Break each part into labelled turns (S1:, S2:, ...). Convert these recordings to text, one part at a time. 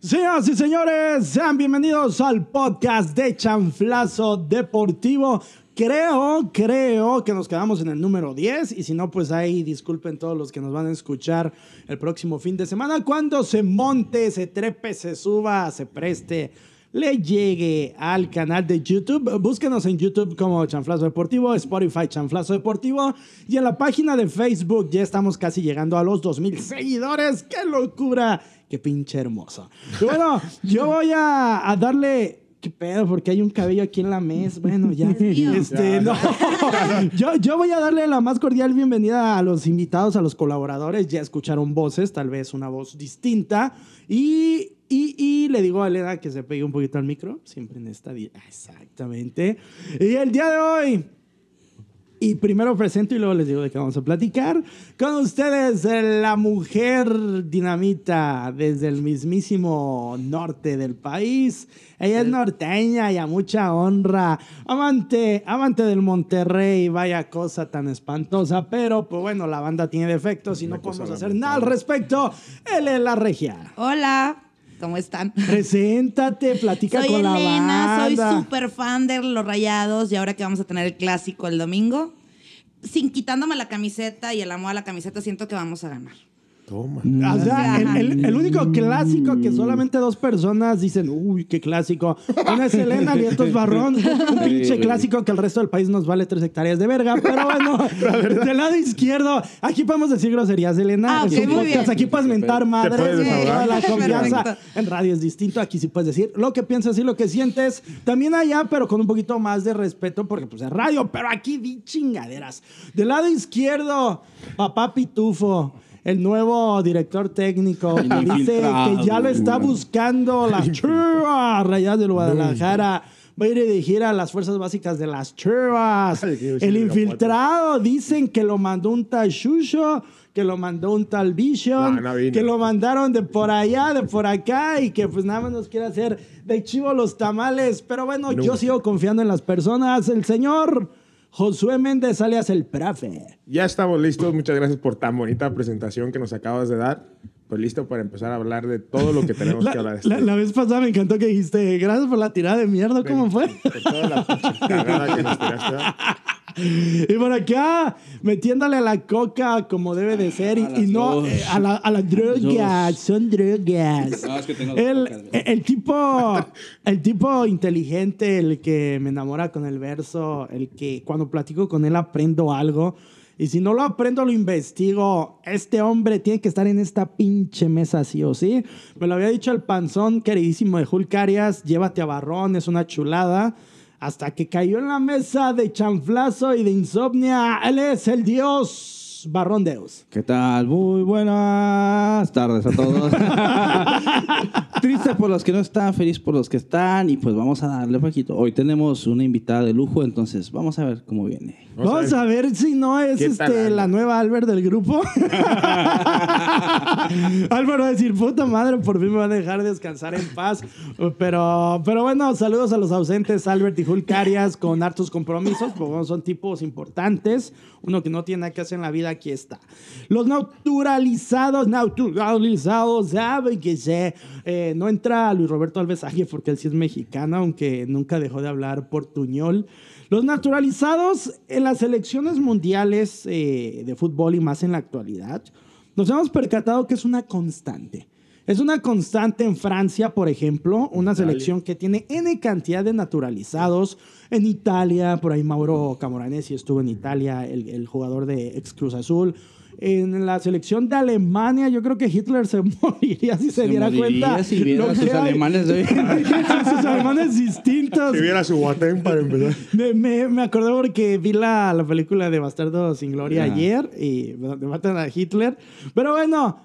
S1: Señoras y señores, sean bienvenidos al podcast de Chanflazo Deportivo. Creo, creo que nos quedamos en el número 10 y si no, pues ahí disculpen todos los que nos van a escuchar el próximo fin de semana cuando se monte, se trepe, se suba, se preste, le llegue al canal de YouTube. Búsquenos en YouTube como Chanflazo Deportivo, Spotify Chanflazo Deportivo y en la página de Facebook ya estamos casi llegando a los 2000 seguidores. ¡Qué locura! ¡Qué pinche hermoso! Y bueno, yo voy a, a darle ¿Qué pedo? Porque hay un cabello aquí en la mesa. Bueno, ya. Este, no. Yo, yo voy a darle la más cordial bienvenida a los invitados, a los colaboradores. Ya escucharon voces, tal vez una voz distinta. Y, y, y le digo a Elena que se pegue un poquito al micro, siempre en esta. di- Exactamente. Y el día de hoy. Y primero presento y luego les digo de qué vamos a platicar. Con ustedes, eh, la mujer dinamita desde el mismísimo norte del país. Ella es norteña y a mucha honra. Amante, amante del Monterrey, vaya cosa tan espantosa. Pero, pues bueno, la banda tiene defectos y no podemos hacer nada al respecto. Él es la regia.
S2: Hola, ¿cómo están?
S1: Preséntate, platica
S2: Soy
S1: con la
S2: Elena, soy
S1: banda.
S2: súper fan de Los Rayados y ahora que vamos a tener el clásico el domingo, sin quitándome la camiseta y el amo a la camiseta, siento que vamos a ganar.
S3: Toma.
S1: O sea, el,
S2: Ajá.
S1: el- el único clásico que solamente dos personas dicen, uy, qué clásico. Una es Elena y otro es Barrón. Un pinche clásico que el resto del país nos vale tres hectáreas de verga. Pero bueno, del lado izquierdo, aquí podemos decir groserías, Elena.
S2: Ah,
S1: Es
S2: ok,
S1: un
S2: muy
S1: podcast,
S2: bien.
S1: Aquí puedes mentar madres,
S3: puedes
S1: con toda la
S2: desahogar.
S1: confianza.
S2: Perfecto.
S1: En radio es distinto, aquí sí puedes decir lo que piensas y lo que sientes. También allá, pero con un poquito más de respeto, porque pues es radio, pero aquí di chingaderas. Del lado izquierdo, papá Pitufo. El nuevo director técnico que dice que ya lo está buscando las chivas rayadas del Guadalajara. Va a ir a dirigir a las fuerzas básicas de las chivas.
S3: Ay, qué
S1: El
S3: chido,
S1: infiltrado dicen que lo mandó un tal Shusho, que lo mandó un tal Vision,
S3: No, no vino.
S1: que lo mandaron de por allá, de por acá y que pues nada más nos quiere hacer de chivo los tamales. Pero bueno, yo
S3: Nunca.
S1: sigo confiando en las personas. El señor Josué Méndez alias el Prafe.
S3: Ya estamos listos. Muchas gracias por tan bonita presentación que nos acabas de dar. Pues listo para empezar a hablar de todo lo que tenemos que hablar. este
S1: La, la- la vez pasada me encantó que dijiste, gracias por la tirada de mierda, ¿cómo fue?
S3: Por toda la pinche cagada que nos tiraste.
S1: Y por acá, metiéndole a la coca como debe de ser y,
S4: A las
S1: y no
S4: dos.
S1: eh, a, la, a las drogas, son drogas.
S4: No, es que tengo dos
S1: el,
S4: cocas, güey.
S1: el tipo el tipo inteligente, el que me enamora con el verso, el que cuando platico con él aprendo algo. Y si no lo aprendo, lo investigo. Este hombre tiene que estar en esta pinche mesa, sí o sí. Me lo había dicho el panzón queridísimo de Hulk Arias. Llévate a Barrón, es una chulada. Hasta que cayó en la mesa de chanflazo y de insomnia. Él es el dios Barrón Deus.
S4: ¿Qué tal? Muy buenas tardes a todos. Triste por los que no están, feliz por los que están. Y pues vamos a darle poquito. Hoy tenemos una invitada de lujo, entonces vamos a ver cómo viene.
S1: Vamos, a, ver. si no es
S3: ¿Qué tal
S1: este,
S3: anda?
S1: la nueva Albert del grupo. Álvaro va a decir, puta madre, por fin me van a dejar descansar en paz. Pero, pero bueno, saludos a los ausentes, Albert y Hulk Arias, con hartos compromisos, porque bueno, son tipos importantes. Uno que no tiene nada que hacer en la vida, aquí está. Los naturalizados, naturalizados, saben que sé. Eh, no entra Luis Roberto Alves Aguirre porque él sí es mexicano, aunque nunca dejó de hablar portuñol. Los naturalizados en las elecciones mundiales eh, de fútbol y más en la actualidad, nos hemos percatado que es una constante. Es una constante en Francia, por ejemplo, una selección que tiene N cantidad de naturalizados. En Italia, por ahí Mauro Camoranesi estuvo en Italia, el, el jugador de ex Cruz Azul. En la selección de Alemania, yo creo que Hitler se moriría si se,
S4: Se
S1: diera
S4: moriría
S1: cuenta.
S4: si viera
S1: lo
S4: a sus
S1: que hay.
S4: alemanes de hoy.
S1: sus, sus alemanes distintos.
S3: Si viera su guatén para empezar.
S1: Me, me, me acordé porque vi la, la película de Bastardo sin Gloria
S4: Ajá.
S1: ayer y donde matan a Hitler. Pero bueno,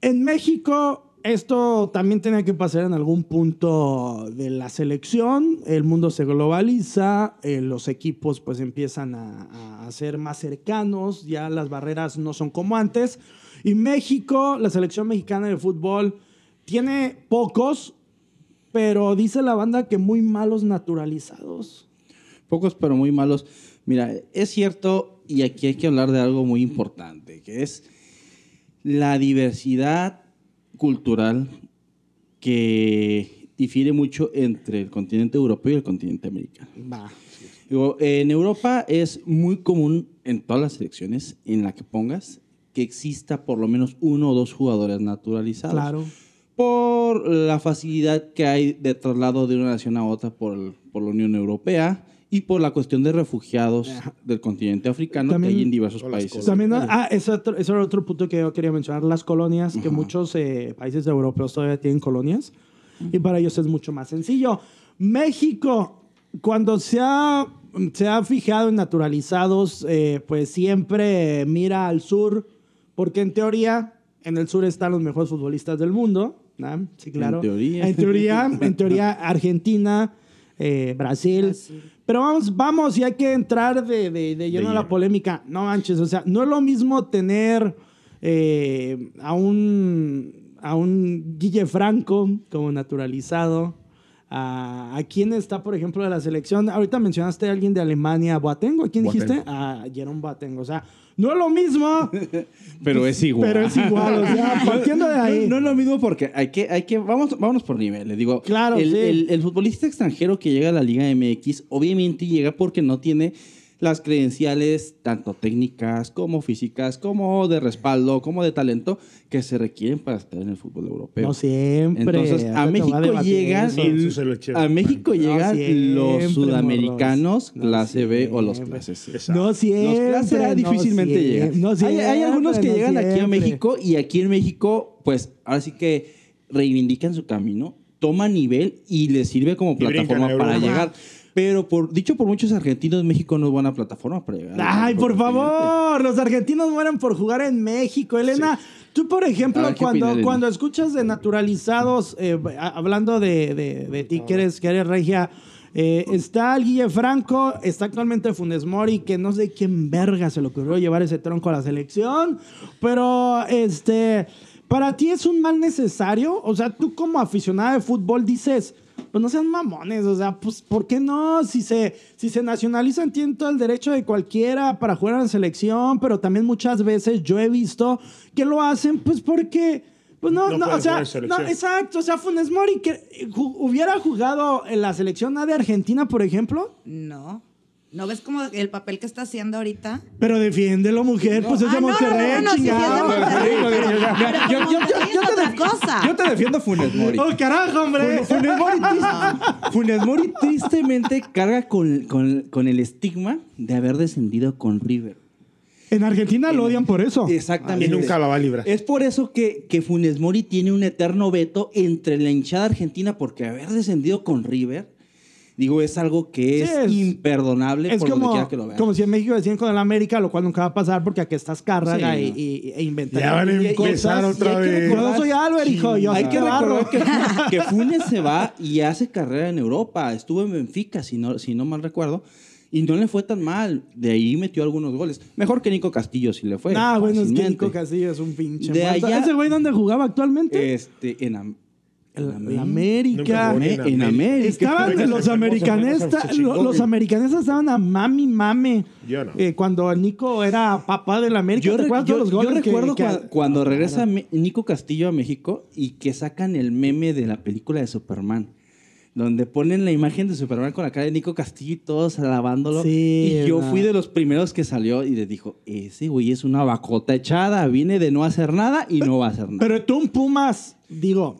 S1: en México esto también tenía que pasar en algún punto de la selección. El mundo se globaliza, eh, los equipos pues empiezan a, a ser más cercanos, ya las barreras no son como antes. Y México, la selección mexicana de fútbol, tiene pocos, pero dice la banda que muy malos naturalizados.
S4: Pocos pero muy malos. Mira, es cierto, y aquí hay que hablar de algo muy importante, que es la diversidad cultural que difiere mucho entre el continente europeo y el continente americano.
S1: Va.
S4: Digo, en Europa es muy común en todas las selecciones en la que pongas que exista por lo menos uno o dos jugadores naturalizados.
S1: Claro.
S4: Por la facilidad que hay de traslado de una nación a otra por, el- por la Unión Europea y por la cuestión de refugiados del continente africano
S1: También-
S4: que hay en diversos
S3: O las
S4: países.
S1: También, ah, ese, otro, ese era otro punto que yo quería mencionar, las colonias, que muchos eh, países europeos todavía tienen colonias y para ellos es mucho más sencillo. México, cuando se ha, se ha fijado en naturalizados, eh, pues siempre mira al sur, porque en teoría, en el sur están los mejores futbolistas del mundo. ¿no? Sí, claro.
S4: En teoría.
S1: En teoría, en teoría Argentina, eh, Brasil.
S2: Brasil.
S1: Pero vamos, vamos, y hay que entrar de, de, de lleno a la
S3: lleno.
S1: polémica. No manches, o sea, no es lo mismo tener eh, a un a un Guille Franco como naturalizado. ¿A, a quién está, por ejemplo, de la selección? Ahorita mencionaste a alguien de Alemania, Boateng, ¿o ¿a quién
S3: Boateng.
S1: dijiste? A Jerome Boateng, o sea, no es lo mismo,
S4: Pero es igual.
S1: pero es igual, o sea, partiendo de ahí.
S4: No, no es lo mismo porque hay que, hay que, vamos, vámonos por niveles. Digo,
S1: Claro,
S4: el,
S1: sí.
S4: el- el futbolista extranjero que llega a la Liga MX, obviamente llega porque no tiene las credenciales tanto técnicas como físicas, como de respaldo, como de talento que se requieren para estar en el fútbol europeo.
S1: No siempre.
S4: Entonces,
S1: ahorita
S4: a
S1: te voy
S4: México
S1: debatir
S4: llegan,
S1: eso.
S3: el- Eso se lo eché.
S4: a México
S3: No
S4: llegan
S1: siempre,
S4: los
S1: morros.
S4: sudamericanos,
S1: No
S4: clase B o los
S1: siempre.
S4: clases C.
S3: Exacto.
S1: No siempre.
S4: Los clase A
S1: no
S4: difícilmente
S1: siempre,
S4: llegan.
S1: no
S4: Hay-
S1: siempre,
S4: hay, algunos que
S1: no
S4: llegan aquí a
S1: siempre.
S4: México y aquí en México, pues ahora sí que reivindican su camino, toman nivel y les sirve como
S3: brincan
S4: plataforma
S3: a
S4: para
S3: Europa.
S4: llegar. Pero por, dicho por muchos argentinos, México no es buena plataforma para llegar.
S1: Ay,
S4: al
S1: por
S4: continente.
S1: favor, los argentinos mueren por jugar en México. Elena, tú, por ejemplo,
S4: A ver, ¿qué
S1: cuando,
S4: opina, Elena?
S1: cuando escuchas de naturalizados, eh, a- hablando de, de, de ti que eres, que eres regia, eh, está el Guille Franco, está actualmente Funes Mori, que no sé quién verga se le ocurrió llevar ese tronco a la selección, pero este, para ti es un mal necesario, o sea, tú como aficionada de fútbol dices... Pues no sean mamones, o sea, pues ¿por qué no? Si se, si se nacionalizan, tienen todo el derecho de cualquiera para jugar en la selección, pero también muchas veces yo he visto que lo hacen, pues porque, pues no,
S3: No
S1: no, o
S3: pueden
S1: sea,
S3: jugar en
S1: no,
S3: selección.
S1: exacto, o sea, Funes Mori que eh, ju- hubiera jugado en la selección A de Argentina, por ejemplo,
S2: No. ¿No ves como el papel que está haciendo ahorita?
S1: pero defiéndelo, mujer, pues es de
S2: Ah, no, no,
S1: Monterrey,
S2: no, no, no, si es de
S1: chingado. Pues
S2: Monterrey,
S4: Pero-
S2: pero-
S4: Mira,
S2: pero
S4: yo- yo- yo-
S2: Monterrey
S4: yo
S2: es
S4: te
S2: otra
S4: def-
S2: cosa.
S4: Yo te defiendo Funes Mori.
S1: ¡Oh, carajo, hombre!
S4: Funes, Funes Mori, triste- Funes Mori tristemente carga con, con- con el estigma de haber descendido con River.
S1: En Argentina lo odian por eso.
S4: Exactamente.
S3: Y nunca la va a librar.
S4: Es por eso que, que Funes Mori tiene un eterno veto entre la hinchada argentina, porque haber descendido con River, digo, es algo que es,
S1: Sí, es-
S4: imperdonable
S1: Es
S4: por donde
S1: como,
S4: quiera que lo vean.
S1: como si en México decían con el América, lo cual nunca va a pasar porque aquí estás Cárraga
S4: Sí,
S1: y,
S4: no.
S1: y- e
S3: Ya van
S1: inventar.
S3: a
S4: Y hay
S3: empezar
S4: cosas-
S3: otra
S4: y hay que
S3: vez.
S1: recordar- Yo soy Álvaro, hijo, yo
S4: hay
S1: soy
S4: que
S1: Navarro.
S4: recordar que, que Funes se va y hace carrera en Europa. Estuvo en Benfica, si no, si no mal recuerdo. Y no le fue tan mal. De ahí metió algunos goles. Mejor que Nico Castillo, si le fue.
S1: Ah, bueno, es que
S4: fácilmente.
S1: Nico Castillo es un pinche.
S4: De
S1: muerto.
S4: allá-
S1: ¿Ese güey dónde jugaba actualmente?
S4: Este, en, Am-
S1: El-
S4: en
S1: el
S3: Nunca
S1: América.
S3: jugó.
S4: Amé- en América.
S1: Estaban los americanistas, lo- los americanistas estaban a mami mame.
S3: Yo no.
S1: Eh, cuando el Nico era papá del América,
S4: Yo,
S1: ¿te
S4: re-
S1: acuerdas
S4: yo-
S1: de los
S4: yo
S1: goles que-
S4: recuerdo
S1: que-
S4: cua- cuando regresa Me- Nico Castillo a México y que sacan el meme de la película de Superman. Donde ponen la imagen de Superman con la cara de Nico Castillo y todos alabándolo.
S1: Sí,
S4: y yo
S1: ¿verdad?
S4: fui de los primeros que salió y les dijo, ese güey es una bacota echada, viene de no hacer nada y no va a hacer nada.
S1: Pero tú en Pumas, digo,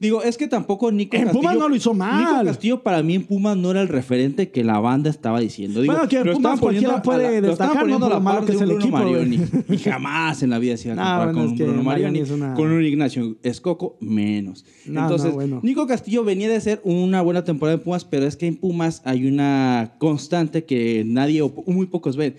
S4: Digo, es que tampoco Nico
S1: En
S4: Castillo...
S1: Pumas no lo hizo mal.
S4: Nico Castillo para mí en Pumas no era el referente que la banda estaba diciendo. Digo,
S1: Bueno, que en
S4: lo
S1: Pumas
S4: estaban poniendo
S1: cualquiera puede
S4: a la- lo estaban
S1: destacar,
S4: poniendo
S1: ¿no? Por
S4: a la
S1: lo malo
S4: par
S1: que
S4: de
S1: es
S4: un
S1: el
S4: Bruno
S1: equipo, güey.
S4: Marioni. Y jamás en la vida se iba a
S1: No,
S4: comparar
S1: bueno,
S4: con
S1: es
S4: un
S1: que
S4: Bruno
S1: Marioni
S4: Marioni,
S1: es una-
S4: con un Ignacio Escoco, menos.
S1: No,
S4: Entonces,
S1: no, bueno.
S4: Nico Castillo venía de ser una buena temporada en Pumas, pero es que en Pumas hay una constante que nadie o po- muy pocos ven.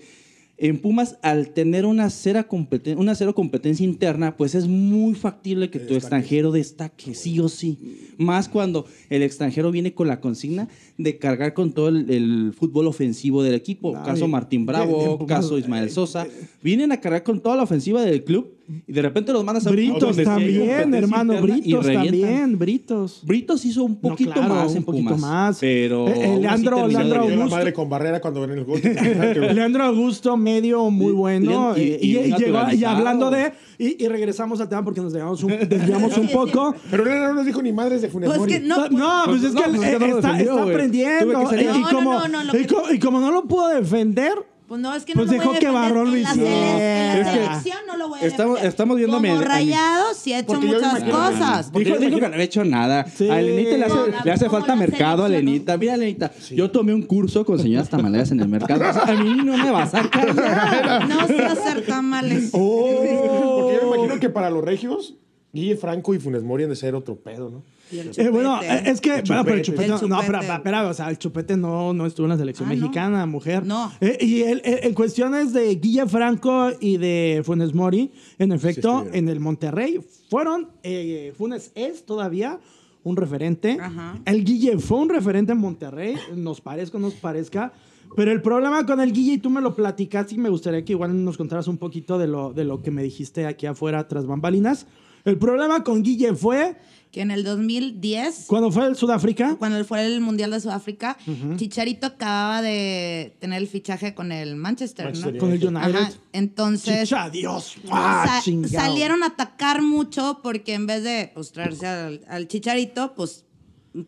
S4: En Pumas, al tener una cero, competen- una cero competencia interna, pues es muy factible que tu extranjero destaque, sí o sí. Más cuando el extranjero viene con la consigna de cargar con todo el, el fútbol ofensivo del equipo.
S1: Ay,
S4: caso Martín
S1: en
S4: Bravo,
S1: Pumas,
S4: caso
S1: eh,
S4: Ismael Sosa. Vienen a cargar con toda la ofensiva del club Y de repente los mandas a un
S1: Britos
S4: club donde sí hay
S1: también,
S4: competencia
S1: hermano.
S4: interna y
S1: Britos
S4: revientan.
S1: también, Britos.
S4: Britos hizo un
S1: No,
S4: poquito
S1: claro,
S4: más
S1: un
S4: en
S1: poquito
S4: Pumas.
S1: más.
S4: Pero.
S1: Eh, eh,
S4: aún así
S1: Leandro-
S4: terminó
S1: Leandro
S4: de-
S3: Le dio la
S1: Augusto.
S3: madre con barrera cuando ven el gol.
S1: Leandro Augusto, medio muy bueno.
S4: y-
S1: eh, Y,
S4: y
S1: y llegó- y
S4: naturalizado.
S1: hablando de. Y, y regresamos al tema porque nos desviamos un, desviamos un
S2: Sí, sí.
S1: poco.
S3: Pero él no nos dijo ni madres de Funes
S2: Pues
S3: Mori.
S2: que no-
S1: No, pues es
S4: no,
S1: que
S4: pues
S1: él,
S4: es que no
S1: eh,
S4: lo
S1: está,
S4: defendió,
S1: está
S4: güey. Tuve
S1: aprendiendo.
S4: que salir.
S1: eh, y,
S2: No,
S1: como,
S2: no, no, pues, no, lo
S1: y,
S2: que-
S1: co- y como no lo pudo defender,
S2: Pues no, es que
S1: Pues
S2: no lo
S1: dejó
S2: voy a
S1: que
S2: defender.
S1: Barrón lo
S2: En la sele-
S1: hiciera.
S2: En
S1: Es
S2: la
S1: que
S2: selección no lo voy a
S4: estamos-
S2: defender.
S4: estamos viendo a
S2: Como
S4: Medellín.
S2: rayado sí ha hecho
S3: Porque yo me
S2: muchas
S3: imagino-
S2: cosas.
S3: Porque
S4: Dijo,
S3: yo me
S4: dijo que
S3: imagino-
S4: no había hecho nada.
S1: Sí.
S4: A Elenita le hace,
S1: No,
S4: le hace
S2: tampoco
S4: falta
S2: la
S4: mercado a
S2: seleccionó.
S4: Elenita. Mira, Elenita, yo tomé un curso con señoras tamaleras en el mercado. O sea, a mí no me vas a sacar.
S2: No sé hacer tamales.
S1: Oh.
S3: Porque yo me imagino que para los regios, Guille Franco y Funes Mori han de ser otro pedo, ¿no?
S2: Y el
S1: eh, bueno,
S2: chupete.
S1: eh, es que.
S3: El
S1: bueno, pero el
S3: chupete.
S1: chupete.
S2: El
S1: no, no,
S2: chupete.
S1: pero, pero, pero, o sea, el chupete no, no estuvo en la selección
S2: Ah, no.
S1: mexicana, mujer.
S2: No.
S1: Eh, y el- el- en cuestiones de Guille Franco y de Funes Mori, en efecto,
S3: estuvieron.
S1: en el Monterrey fueron. eh, Funes es todavía un referente.
S2: Ajá.
S1: El Guille fue un referente en Monterrey, nos parezca o no nos parezca. Pero el problema con el Guille, y tú me lo platicaste y me gustaría que igual nos contaras un poquito de lo, de lo que me dijiste aquí afuera tras bambalinas. El problema con Guille fue
S2: Que en el 2010,
S1: cuando fue el Sudáfrica.
S2: cuando fue el Mundial de Sudáfrica, Chicharito acababa de tener el fichaje con el Manchester,
S3: Manchester
S2: ¿no?
S1: Con el United.
S2: Ajá. Entonces,
S1: Chicha, Dios. Ah,
S2: sa-
S1: chingado.
S2: salieron a atacar mucho porque en vez de pues, traerse al, al Chicharito, pues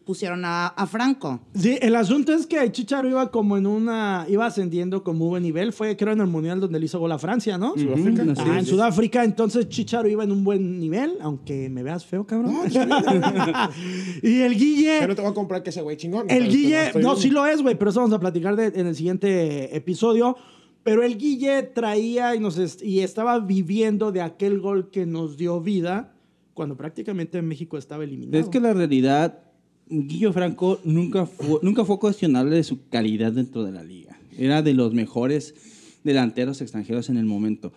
S2: pusieron a, a Franco.
S1: Sí, el asunto es que Chicharo iba como en una. iba ascendiendo con muy buen nivel. Fue, creo, en el mundial donde le hizo gol a Francia, ¿no?
S3: Sudáfrica.
S4: Ujú,
S1: Ah,
S4: así
S1: en Sudáfrica, entonces Chicharo iba en un buen nivel, aunque me veas feo, cabrón. y el
S3: Yo
S1: Guille.
S3: no te voy a comprar que ese güey chingón.
S1: El Guille.
S3: estoy
S1: No,
S3: bien.
S1: sí lo es, güey, pero eso vamos a platicar de- en el siguiente episodio. Pero el Guille traía y, nos est- y estaba viviendo de aquel gol que nos dio vida cuando prácticamente México estaba eliminado.
S4: Es que la realidad, Guillo Franco nunca fue, nunca fue cuestionable de su calidad dentro de la liga. Era de los mejores delanteros extranjeros en el momento.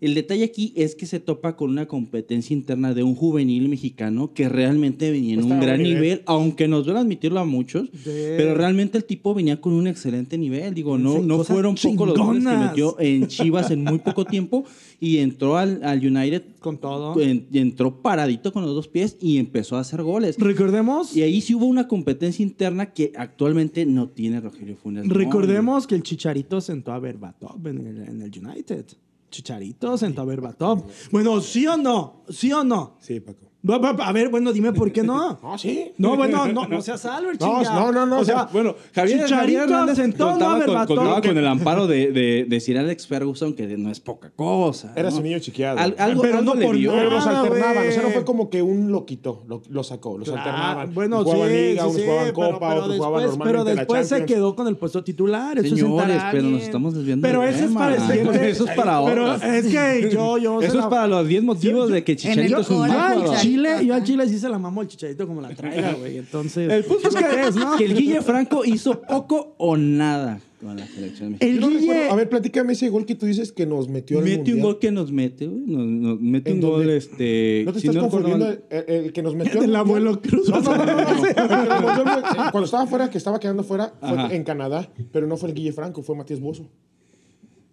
S4: El detalle aquí es que se topa con una competencia interna de un juvenil mexicano que realmente venía en
S3: Estaba
S4: un
S3: a
S4: gran
S3: buen nivel.
S4: nivel, aunque nos duele admitirlo a muchos,
S1: De-
S4: pero realmente el tipo venía con un excelente nivel. Digo, no,
S1: Sí,
S4: no
S1: cosas
S4: fueron pocos los goles que
S1: chingonas.
S4: metió en Chivas en muy poco tiempo y entró al, al United
S1: Con todo.
S4: en- entró paradito con los dos pies y empezó a hacer goles.
S1: Recordemos,
S4: Y ahí sí hubo una competencia interna que actualmente no tiene Rogelio Funes. Mori.
S1: recordemos que el Chicharito sentó a Berbatov en el, en el United. Chicharito sentó a Berbatov. Bueno, ¿sí o no? ¿Sí o no?
S3: Sí, Paco.
S1: Va, va, va, A ver, bueno, dime por qué no.
S3: No, sí.
S1: No, bueno, no, no seas Albert,
S3: No,
S1: chinga.
S3: no, no, no,
S1: O sea,
S3: o sea,
S4: Bueno, Javier, Javier
S1: Chicharito
S4: Hernández
S1: sentó a
S4: contaba, con,
S1: Berbatov.
S4: contaba con el amparo de, de, de Sir Alex Ferguson, que no es poca cosa.
S3: Era
S4: ¿no?
S3: su niño chiqueado.
S4: Al- algo,
S1: Pero
S4: algo
S1: no
S4: le
S1: por
S4: dio.
S3: Pero los
S1: nada,
S3: alternaban,
S1: güey.
S3: o sea, no fue como que un loquito lo, lo sacó, los
S1: Claro,
S3: alternaban.
S1: Ah, bueno,
S3: Unos jugaban
S1: sí,
S3: liga,
S1: sí,
S3: unos
S1: sí,
S3: jugaban
S1: pero-
S3: copa,
S1: pero
S3: otros jugaban
S1: después-
S3: normalmente
S1: Pero
S3: en la
S1: después se
S3: Champions.
S1: quedó con el puesto titular. eso es
S4: Señores,
S1: sentar a
S4: pero nos
S1: alguien.
S4: estamos desviando
S1: Pero
S4: del
S1: ese es
S4: tema.
S1: para
S4: ¿eh?
S1: el siguiente.
S4: Eso es para
S1: Pero
S4: otros.
S1: es que yo, yo. se
S4: Eso es
S1: la-
S4: para los 10 motivos
S1: Yo-
S4: de que
S2: En el
S4: Chicharito es un
S1: Yo
S2: Ahora
S4: mal
S1: al
S4: jugador.
S2: Chicharito.
S1: Chile, yo al Chile sí se la mamó el chicharito como la traiga, güey. Entonces.
S4: El punto es que,
S1: ¿Crees, no?
S4: que el Guille Franco hizo poco o nada con la selección mexicana.
S1: El
S3: Yo no
S1: Guille.
S3: recuerdo- a ver, platícame ese gol que tú dices que nos metió en el
S4: Mete un
S3: Mundial.
S4: gol que nos mete, güey. Nos, nos mete
S3: ¿En
S4: un gol,
S3: dónde?
S4: este.
S3: ¿No te
S4: si
S3: estás
S4: recuerdo
S3: confundiendo
S4: mal.
S3: el, el- el que nos metió?
S1: Del
S3: en el
S1: abuelo
S3: mundial?
S1: Cruz.
S3: No, no, no, no, no. El que nos metió en el- Cuando estaba fuera, que estaba quedando fuera,
S4: Ajá.
S3: fue en Canadá, pero no fue el Guille Franco, fue Matías Bozo.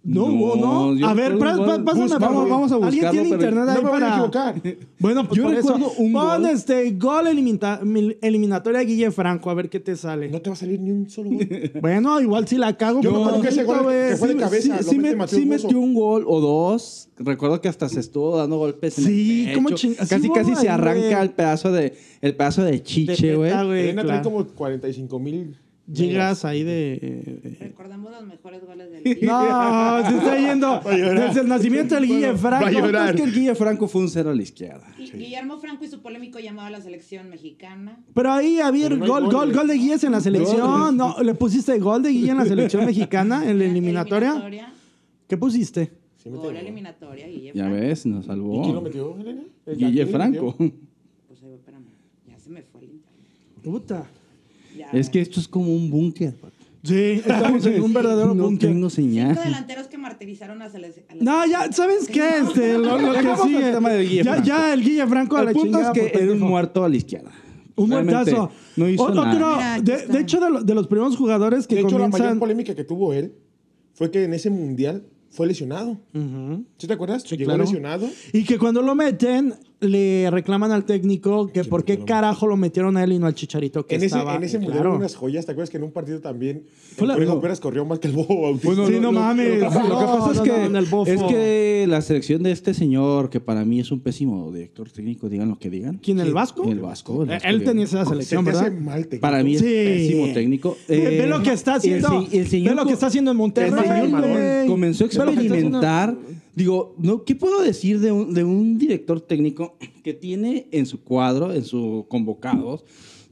S1: No hubo, ¿no?
S4: yo
S1: a ver,
S4: recuerdo
S1: pra-
S4: un
S1: pa-
S4: gol.
S1: pásame
S4: Bus-
S1: por
S4: vamos,
S1: favor.
S4: vamos a buscarlo.
S1: ¿Alguien tiene
S4: pero-
S1: internet
S3: no
S1: ahí
S3: me voy a
S1: para-
S3: equivocar.
S1: Bueno, pues
S4: Yo
S1: por eso.
S4: recuerdo un
S1: Pon
S4: gol.
S1: este gol elimita- mil- eliminatoria Guille Franco, a ver qué te sale.
S3: No te va a salir ni un solo gol.
S1: Bueno, igual si la cago.
S3: Yo me
S1: pues,
S3: acuerdo que ese gol
S1: güey,
S3: que fue de
S1: sí,
S3: cabeza.
S4: Sí,
S3: lo
S4: sí
S3: mete
S4: me-
S3: Matías
S4: sí
S3: Bozo.
S4: metió un gol o dos. Recuerdo que hasta se estuvo dando golpes. en el
S1: Sí,
S4: pecho.
S1: ¿cómo chinga- sí,
S4: Casi,
S1: hubo
S4: casi
S1: ahí,
S4: se arranca
S1: güey.
S4: el pedazo de, el pedazo de
S1: de
S4: chiche, güey.
S1: teta,
S3: Elena trae
S1: claro.
S3: como 45 mil.
S1: Llegas ahí de. eh, eh.
S2: Recordamos los mejores goles del día.
S1: No, se está yendo.
S3: a llorar.
S1: Desde el nacimiento del Guille Franco. pues,
S3: va a llorar.
S4: Es que el Guille Franco fue un cero a la izquierda.
S2: Y- Guillermo Franco y su polémico llamado a la selección mexicana.
S1: Pero ahí había
S3: Pero no hay
S1: gol,
S3: goles.
S1: gol, gol de Guilles en la selección.
S4: Goles.
S1: No, ¿Le pusiste gol de Guille en la selección mexicana en la eliminatoria? ¿Qué pusiste?
S3: Sí, metió
S2: Por
S3: gol.
S2: eliminatoria, Guillermo.
S4: Ya ves, nos
S3: ¿Y quién lo
S4: salvó.
S3: metió, Elena? El Gandini
S4: Guille
S3: metió.
S4: Franco.
S2: Pues ahí va, espérame. Ya se me fue el internet.
S1: Puta.
S2: Ya.
S4: Es que esto es como un búnker. Paco.
S1: Sí, estamos en un verdadero
S4: No
S1: búnker.
S4: tengo señal.
S2: Cinco delanteros que martirizaron a la selección.
S1: No, ya, ¿sabes qué? Este, lo, lo que
S4: Dejemos
S1: sigue.
S4: el tema del
S1: ya,
S4: Guille Franco.
S1: ya el Guille Franco a
S4: El
S1: la
S4: punto es
S1: chingada
S4: que
S1: por
S4: era un
S1: pendejo.
S4: muerto a la izquierda.
S1: Un
S4: Realmente,
S1: muertazo.
S4: No hizo
S1: Otro-
S4: nada.
S2: Mira, aquí
S1: de,
S2: está.
S1: de hecho, de, lo- de los primeros jugadores que
S3: De hecho, la
S1: comienzan.
S3: mayor polémica que tuvo él fue que en ese mundial fue lesionado. ¿Sí te acuerdas?
S1: Sí,
S3: Llegó
S1: claro.
S3: lesionado.
S1: Y que cuando lo meten, le reclaman al técnico que por qué carajo lo metieron a él y no al chicharito que
S3: En ese,
S1: estaba.
S3: en ese mundial
S1: claro.
S3: hubo unas joyas. ¿Te acuerdas que en un partido también
S1: Fue la-
S3: el Conejo
S1: no.
S3: Pérez corrió más que el Bobo Bautista?
S1: Bueno, Sí,
S4: lo-
S1: no
S4: lo-
S1: mames.
S4: Lo, lo que
S1: No,
S4: pasa Pues es,
S1: no, no, en el bofo.
S4: que, es que la selección de este señor, que para mí es un pésimo director técnico, digan lo que digan.
S1: ¿Quién, el Vasco?
S4: El Vasco. el
S1: Eh,
S4: Vasco
S1: él
S4: Villa.
S1: tenía esa
S3: Se
S1: selección,
S3: te hace
S1: ¿verdad?
S3: mal técnico.
S4: Para mí es
S1: Sí.
S4: pésimo técnico.
S1: Ve- ve
S4: Eh,
S1: lo que está
S4: el
S1: haciendo.
S4: se- el señor
S1: ve lo que
S4: co-
S1: está haciendo en
S3: el
S1: Monterrey.
S3: señor
S1: güey.
S3: Manuel
S4: comenzó
S1: Ve lo que
S4: a
S1: está haciendo.
S4: experimentar. Digo, no, ¿qué puedo decir de un, de un director técnico que tiene en su cuadro, en sus convocados,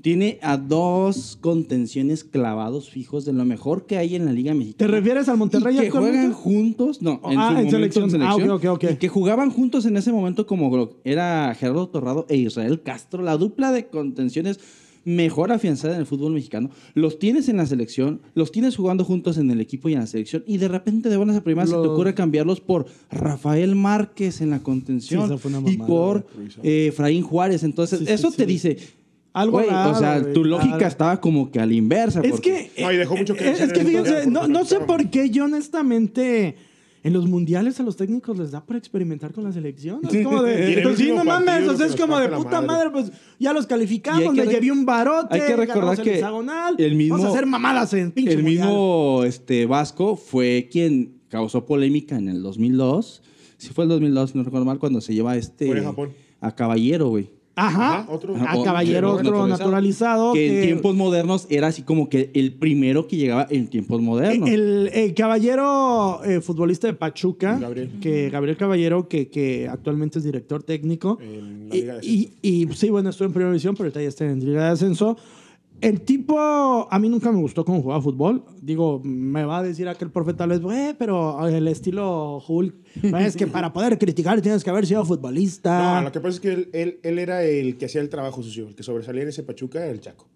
S4: tiene a dos contenciones clavados fijos de lo mejor que hay en la Liga
S1: ¿Te
S4: Mexicana?
S1: refieres al Monterrey
S4: Y que
S1: actualmente?
S4: juegan juntos, no, en
S1: Ah,
S4: su
S1: en
S4: momento
S1: selección.
S4: en selección.
S1: Ah, ok, ok, ok.
S4: Y que jugaban juntos en ese momento como lo- era Gerardo Torrado e Israel Castro, la dupla de contenciones mejor afianzada en el fútbol mexicano. Los tienes en la selección, los tienes jugando juntos en el equipo y en la selección y de repente de buenas a primeras se te
S1: Los-
S4: ocurre cambiarlos por Rafael Márquez en la contención
S1: Sí, esa fue una
S4: y
S1: mamada,
S4: por eh, Efraín Juárez. Entonces,
S1: Sí, sí,
S4: eso
S1: sí.
S4: te dice...
S1: Algo
S4: güey,
S1: raro,
S4: o sea,
S1: güey,
S4: tu lógica
S1: claro.
S4: estaba como que a la inversa.
S1: Es
S4: porque-
S1: que.
S3: No, y dejó mucho que
S1: eh,
S3: desear
S1: Es que
S3: en el
S1: fíjense,
S3: mundial,
S1: no,
S3: porque
S1: no sé
S3: estaban-
S1: por qué yo honestamente. En los mundiales a los técnicos les da para experimentar con la selección. ¿no? Es como
S3: Y en
S1: de.
S3: el
S1: pues sí,
S3: último
S1: no mames.
S3: partido
S1: O sea, es
S3: que nos
S1: como de
S3: parte la
S1: puta madre.
S3: madre.
S1: pues ya los
S4: Y hay
S1: calificamos,
S4: que
S1: le
S4: rec-
S1: llevé un barote.
S4: hay que recordar
S1: ganamos el
S4: que
S1: hexagonal,
S4: el mismo-
S1: Vamos a hacer mamadas en pinche
S4: El
S1: mundial.
S4: mismo este, Vasco fue quien causó polémica en el 2002. Si fue el 2002, no recuerdo mal, cuando se lleva este...
S3: Fue a Japón.
S4: A Caballero, güey.
S1: Ajá.
S3: Ajá, otro.
S1: A
S4: O-
S1: Ah, caballero,
S4: que-
S1: otro naturalizado.
S4: Que en
S1: que-
S4: tiempos modernos era así como que el primero que llegaba en tiempos modernos.
S1: El, el caballero eh, futbolista de Pachuca,
S3: Gabriel.
S1: que Gabriel Caballero, que, que actualmente es director técnico.
S3: En la
S1: Y,
S3: Liga de
S1: y- y sí, bueno, estuvo en primera división, pero ahorita ya está en Liga de Ascenso. El tipo, a mí nunca me gustó cómo jugaba fútbol. Digo, me va a decir aquel profe tal vez, "Güey, pero el estilo Hulk, es que para poder criticar tienes que haber sido futbolista.
S3: No, lo que pasa es que él, él, él era el que hacía el trabajo sucio, el que sobresalía en ese Pachuca era el Chaco.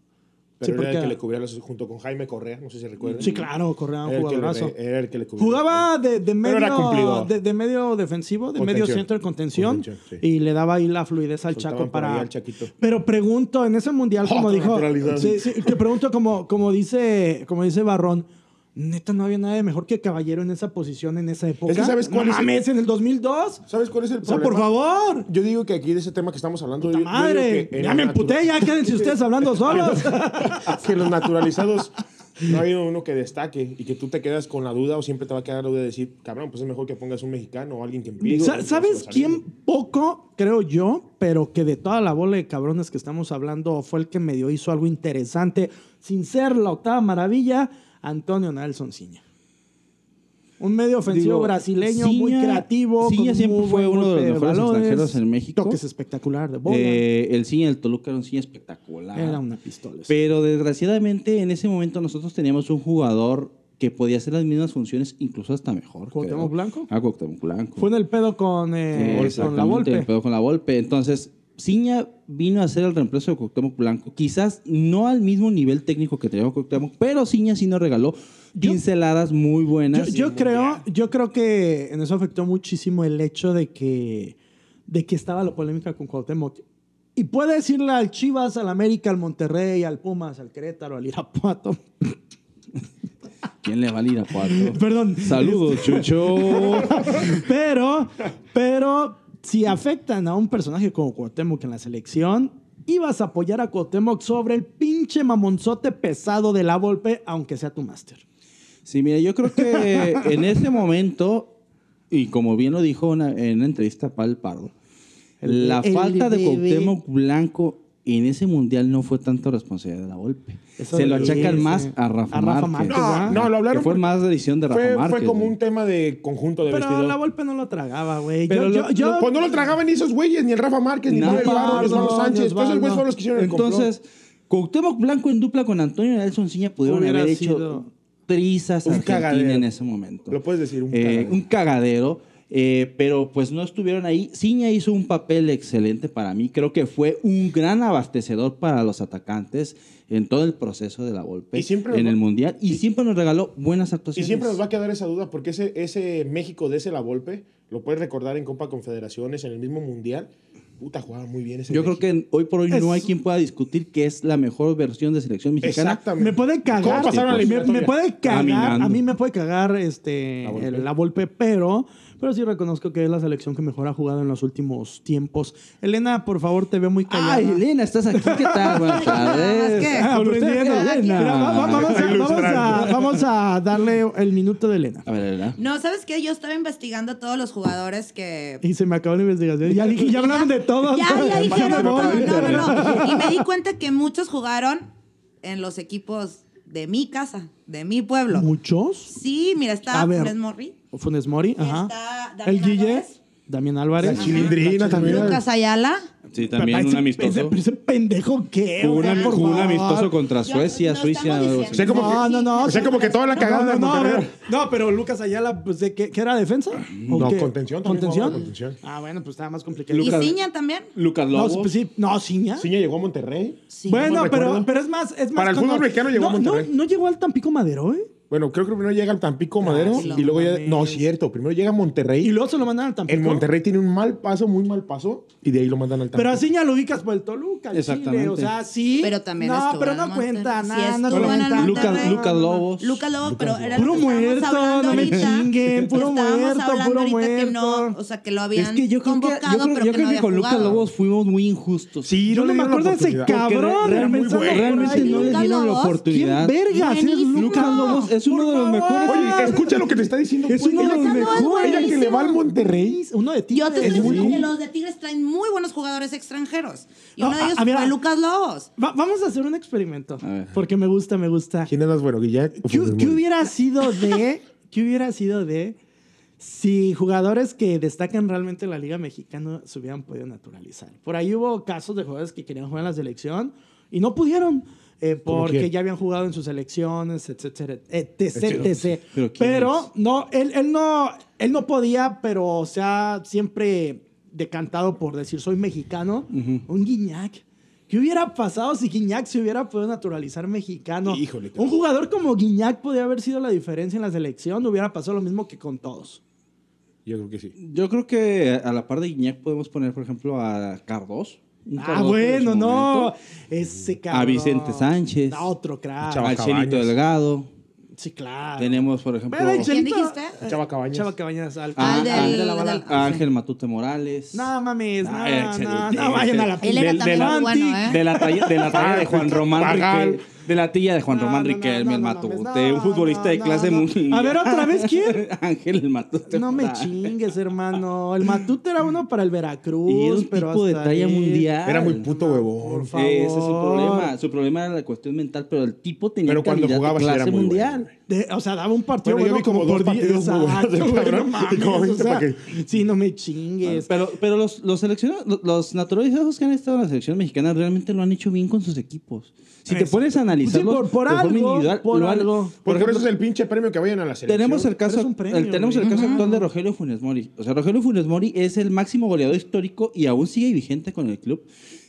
S1: Sí,
S3: Pero era
S1: porque-
S3: el que le cubría los- junto con Jaime Correa, no sé si recuerdan.
S1: Sí, claro, Correa, un
S3: Era el que le-
S1: jugadorazo.
S3: Era el que le cubría.
S1: Jugaba de, de
S3: Pero era
S1: medio,
S3: cumplidor.
S1: de, de medio defensivo, de medio
S3: Contención.
S1: centro de contención,
S3: Contención, sí.
S1: y le daba ahí la fluidez al
S3: Soltaban
S1: Chaco
S3: por ahí
S1: para...
S3: al Chaquito.
S1: Pero pregunto, en ese mundial, como
S3: Otro
S1: dijo...
S3: naturalizado.
S1: Sí, sí, te pregunto, como, como, dice, como dice Barrón, neta, no había nadie mejor que Caballero en esa posición en esa época.
S3: Es que ¿sabes cuál
S1: no
S3: es el-
S1: mames, en el 2002.
S3: ¿Sabes cuál es el
S1: O sea,
S3: problema?
S1: por favor.
S3: Yo digo que aquí de ese tema que estamos hablando.
S1: Puta
S3: yo- yo digo
S1: madre.
S3: que en
S1: Ya
S3: la
S1: me
S3: natura-
S1: emputé, ya quédense ustedes hablando solos.
S3: que los naturalizados no hay uno que destaque y que tú te quedas con la duda o siempre te va a quedar la duda de decir, cabrón, pues es mejor que pongas un mexicano o alguien que empiece.
S4: pues,
S1: Sa- ¿Sabes quién poco, creo yo, pero que de toda la bola de cabrones que estamos hablando fue el que medio hizo algo interesante, sin ser la octava maravilla? Antonio Nelson Ciña. Un medio ofensivo
S4: Digo,
S1: brasileño, muy
S4: Ciña-
S1: creativo.
S4: Ciña
S1: con
S4: siempre
S1: muy
S4: fue
S1: buen
S4: uno de los
S1: golpe
S4: mejores
S1: balones,
S4: extranjeros en México.
S1: Toques espectacular de bola.
S4: Eh, el cine del Toluca era un cine espectacular.
S1: Era una pistola.
S4: Pero desgraciadamente en ese momento nosotros teníamos un jugador que podía hacer las mismas funciones, incluso hasta mejor.
S1: ¿Cuauhtémoc
S4: creo.
S1: Blanco?
S4: Ah, Cuauhtémoc Blanco.
S1: fue en el pedo con, eh,
S4: Eh,
S1: con la
S4: exactamente,
S1: Volpe.
S4: el pedo con la Volpe. Entonces, Ciña vino a ser el reemplazo de Cuauhtémoc Blanco. Quizás no al mismo nivel técnico que tenía Cuauhtémoc, pero Ciña sí nos regaló
S1: Yo-
S4: pinceladas muy
S1: Yo,
S4: buenas.
S1: yo creo, yo creo que en eso afectó muchísimo el hecho de que, de que estaba la polémica con Cuauhtémoc. Y puede decirle al Chivas, al América, al Monterrey, al Pumas, al Querétaro, al Irapuato.
S4: ¿Quién le va al Irapuato?
S1: Perdón. Este,
S4: Saludos, Chucho.
S1: Pero, pero si afectan a un personaje como Cuauhtémoc en la selección, ibas a apoyar a Cuauhtémoc sobre el pinche mamonzote pesado de la Volpe, aunque sea tu máster.
S4: Sí, mira, yo creo que en ese momento, y como bien lo dijo una- en una entrevista para el Pardo,
S1: El-
S4: la
S1: el
S4: falta de
S1: bebé.
S4: Cuauhtémoc Blanco en ese mundial no fue tanto responsabilidad de la golpe.
S1: Eso
S4: Se lo
S1: de-
S4: achacan
S1: sí,
S4: más
S1: sí.
S4: a Rafa,
S1: A Rafa
S4: Márquez.
S1: Márquez,
S3: No, no, lo hablaron
S4: Que fue
S3: porque-
S4: más decisión de Rafa
S3: Fue,
S4: Márquez.
S3: fue como
S4: güey.
S3: un tema de conjunto de
S1: Pero
S3: vestidor.
S1: la Volpe no lo tragaba, güey.
S4: Pero
S1: Yo,
S4: lo-
S1: yo, yo-
S3: Pues no lo tragaban ni esos güeyes, ni el Rafa Márquez, ni
S4: Nada.
S3: Manuel Barro, ni Osvaldo
S1: Osvaldo,
S3: Sánchez. Todos esos
S1: Osvaldo.
S3: güeyes fueron los que hicieron el complot.
S4: Entonces, Cuauhtémoc Blanco en dupla con Antonio Nelson Ciña pudieron
S1: Hubiera
S4: haber
S1: sido
S4: hecho trizas a
S3: un
S4: Argentina
S3: cagadero.
S4: en ese momento.
S3: Lo puedes decir, un
S4: Eh,
S3: cagadero.
S4: un cagadero, eh, pero pues no estuvieron ahí. Ciña hizo un papel excelente para mí. Creo que fue un gran abastecedor para los atacantes en todo el proceso de la golpe
S3: Y siempre nos
S4: en
S3: va-
S4: el Mundial. Y,
S3: y-
S4: siempre nos regaló buenas
S3: Y
S4: actuaciones.
S3: siempre nos va a quedar esa duda porque ese, ese México de ese La Volpe lo puedes recordar en Copa Confederaciones, en el mismo Mundial. puta, jugaba muy bien ese
S4: Yo creo
S3: equipo.
S4: que hoy por hoy no hay
S1: Es-
S4: quien pueda discutir que es la mejor versión de selección mexicana.
S3: Exactamente.
S1: Me puede cagar.
S3: ¿Cómo pasaron a la
S1: me- me,
S3: eliminatoria?
S1: puede cagar.
S4: Caminando.
S1: A mí me puede cagar este,
S3: La
S1: el- la,
S3: Volpe.
S1: golpe. pero, pero sí reconozco que es la selección que mejor ha jugado en los últimos tiempos. Elena, por favor, te veo muy callada.
S4: Ay, Elena, estás aquí. ¿Qué tal? Buenas tardes.
S2: ¿Qué?
S1: Ah, Aprendiendo.
S4: Con usted, Elena.
S1: Mira, va- va- vamos, a, vamos, a, vamos a darle el minuto de Elena.
S4: A ver, Elena.
S2: No, ¿sabes qué? Yo estaba investigando a todos los jugadores que...
S1: Y se me acabó la investigación. Ya, dije, ya hablaron de todo.
S2: Ya, ya dijeron
S1: me
S2: todo.
S1: voy.
S2: No, no, no. Y me di cuenta que muchos jugaron en los equipos de mi casa, de mi pueblo.
S1: ¿Muchos?
S2: Sí, mira,
S1: A
S2: está
S1: ver.
S2: Funes Morri,
S1: Funes Mori,
S2: Y
S1: ajá.
S2: está Damián
S1: el Guille,
S2: Álvarez.
S1: Damián
S3: La
S1: Álvarez.
S3: chilindrina también.
S2: Lucas Ayala.
S4: Sí,
S1: Pero
S4: también un
S1: ese-
S4: amistoso.
S1: Ese, ese pendejo que.
S4: Jugó un, ami- jugó un amistoso contra Suecia,
S2: Yo- no
S4: Suiza.
S2: estamos
S4: algo
S2: diciendo-
S3: O
S4: así.
S3: sea, como que-
S1: No, no, no.
S3: O sea, como que toda la
S1: No,
S3: cagada
S1: no, no, a
S3: de
S1: ver.
S3: Monterrey.
S1: No, pero Lucas Ayala, pues, ¿de qué, qué era defensa? ¿O
S3: No,
S1: qué?
S3: contención también
S1: ¿Contención?
S3: jugaba, contención.
S1: Ah, bueno, pues estaba más complicado.
S2: Y
S4: Lucas-
S2: Ciña también.
S4: Lucas
S1: no,
S4: Lobo.
S1: pues sí, no, Ciña.
S3: Ciña llegó a Monterrey.
S2: Sí.
S1: Bueno,
S3: No
S1: pero,
S3: recuerdo.
S1: pero es más, es más.
S3: Para el fútbol
S1: cuando-
S3: mexicano llegó
S1: no,
S3: a Monterrey.
S1: No, no llegó al Tampico Madero, ¿eh?
S3: Bueno, creo que primero llega al Tampico Madero
S2: sí,
S3: y luego ya.
S1: Ah, mames.
S3: No, es cierto. Primero llega a Monterrey.
S1: Y luego se lo mandan al Tampico.
S3: En Monterrey tiene un mal paso, muy mal paso, y de ahí lo mandan al Tampico.
S1: Pero a Ciña lo ubicas por el Toluca, al Chile.
S4: Exactamente.
S1: O sea, sí.
S2: Pero también
S1: No,
S2: estuvo
S1: pero
S2: en
S1: no
S2: el
S1: cuenta,
S2: Monterrey.
S1: nada,
S2: Sí,
S1: no
S2: estuvo en el
S1: cuenta.
S2: Monterrey.
S4: Lucas, Lucas Lobos.
S2: Lucas Lobo, pero era
S1: Puro
S2: lo que estábamos
S1: muerto,
S2: hablando
S1: no me
S2: ahorita.
S1: chinguen, puro
S2: Estábamos
S1: muerto,
S2: hablando
S1: puro
S2: ahorita que
S1: muerto.
S2: no, o sea, que lo habían
S4: es que yo creo que, yo
S2: convocado,
S4: creo-
S2: pero que
S4: yo creo
S2: no
S4: que
S2: había
S4: con Lucas
S2: jugado.
S4: Lobos fuimos muy injustos.
S3: Sí,
S1: Yo
S3: le
S1: no me
S3: dieron
S1: acuerdo de
S3: la
S1: ese
S3: oportunidad.
S4: Porque re-
S1: cabrón.
S4: realmente-
S1: empezando por
S4: realmente
S1: ahí.
S4: no le
S2: Lucas
S4: dieron la
S2: Lobos.
S1: ¿Quién
S4: oportunidad.
S1: vergas es
S2: Buenísimo.
S1: Lucas Lobos?
S4: Es uno de los mejores.
S3: Oye, escucha lo que te está diciendo.
S1: Es
S3: güey.
S1: uno de
S3: Ella
S1: los
S3: que-
S1: mejores.
S3: Ella que le va al Monterrey.
S1: Uno de ti.
S2: Yo te estoy
S3: Es muy
S2: diciendo que
S3: común.
S2: los de Tigres traen muy buenos jugadores extranjeros. Y
S1: No,
S2: uno de
S1: a-
S2: ellos
S1: a ver, a-
S2: fue Lucas Lobos.
S1: vamos a hacer un experimento.
S4: A ver.
S1: Porque me gusta, me gusta. ¿Qué,
S3: ¿Quién es más bueno, Guillermo?
S1: qué hubiera sido de. ¿Qué hubiera sido de. Si jugadores que destacan realmente en la Liga Mexicana se hubieran podido naturalizar. Por ahí hubo casos de jugadores que querían jugar en la selección y no pudieron. eh,
S3: ¿Cómo
S1: porque
S3: quién?
S1: ya habían jugado en sus selecciones, etcétera, etc,
S3: Pero-
S1: etc. Pero,
S4: pero ¿quién
S1: no, él, él no, él no podía, pero o sea, siempre decantado por decir soy mexicano, un Guiñac. ¿Qué hubiera pasado si Guiñac se hubiera podido naturalizar mexicano?
S3: Híjole,
S1: un
S3: cabrón.
S1: jugador como Guiñac podría haber sido la diferencia en la selección, hubiera pasado lo mismo que con todos.
S3: Yo creo que sí.
S4: Yo creo que a la par de Guiñac podemos poner, por ejemplo, a Cardos. Un
S1: Ah,
S4: Cardoso en su
S1: bueno, no.
S4: momento.
S1: Ese cabrón.
S4: Vicente Sánchez.
S1: A otro crack.
S3: Chava.
S4: A Chelito
S3: Cabañas.
S4: Delgado.
S1: Sí, claro.
S4: Tenemos, por ejemplo,
S1: Pero el
S4: a-
S2: ¿Quién
S1: Chelito-
S2: dijiste?
S3: Chava Cabañas.
S1: Chava Cabañas. Al,
S4: a,
S2: Al del-
S1: de la bala.
S2: del-
S4: a Ángel Matute Morales.
S1: No mames, no,
S4: Ah, el
S1: no, no,
S4: Chelito.
S1: vayan a la
S2: Él era
S4: Del-
S2: también
S4: del-
S2: muy bueno, ¿eh?
S4: De la talla de, la talla de Juan Román
S3: Pagal.
S4: Riquelme. De la talla de Juan
S1: No,
S4: Román
S1: no, no,
S4: Riquelme,
S1: no,
S4: el
S1: no, no,
S4: Matute.
S1: no,
S4: un futbolista de
S1: no,
S4: clase
S1: no.
S4: muy.
S1: A ver, ¿otra vez quién?
S4: Ángel, el Matute.
S1: No me
S4: Morales.
S1: chingues, hermano. El Matute era uno para el Veracruz,
S4: Y era un
S1: pero
S4: tipo de
S1: hasta
S4: talla
S1: ahí.
S4: mundial.
S3: Era muy puto
S1: Por
S3: huevón.
S1: favor.
S4: Ese es su problema. Su problema era la cuestión mental, pero el tipo tenía
S3: Pero cuando
S4: calidad
S3: jugaba
S4: de
S3: sí
S4: clase
S3: era muy
S4: mundial.
S1: De- o sea, daba un partido
S3: Bueno, yo
S1: bueno,
S3: vi como
S1: como
S3: dos
S1: por diez.
S3: partidos muy buenos
S1: Exacto,
S3: de
S1: güey, no
S3: cabrón.
S1: mames,
S3: Como
S1: o
S3: viste,
S1: sea,
S3: pa' que-
S1: sí, no me chingues.
S4: Pero, pero los, los seleccionados, los, los naturalizados que han estado en la selección mexicana realmente lo han hecho bien con sus equipos. Si te
S1: Exacto.
S4: pones a analizarlos
S1: Sí, por- por
S4: de forma
S1: algo,
S4: individual,
S1: por
S4: lo han-
S1: algo.
S3: Por,
S4: por ejemplo,
S3: eso es el pinche premio que vayan a la selección.
S4: tenemos el caso,
S1: Pero es un premio,
S4: el- tenemos el
S1: güey.
S4: caso actual de Rogelio Funes Mori. O sea, Rogelio Funes Mori es el máximo goleador histórico y aún sigue vigente con el club.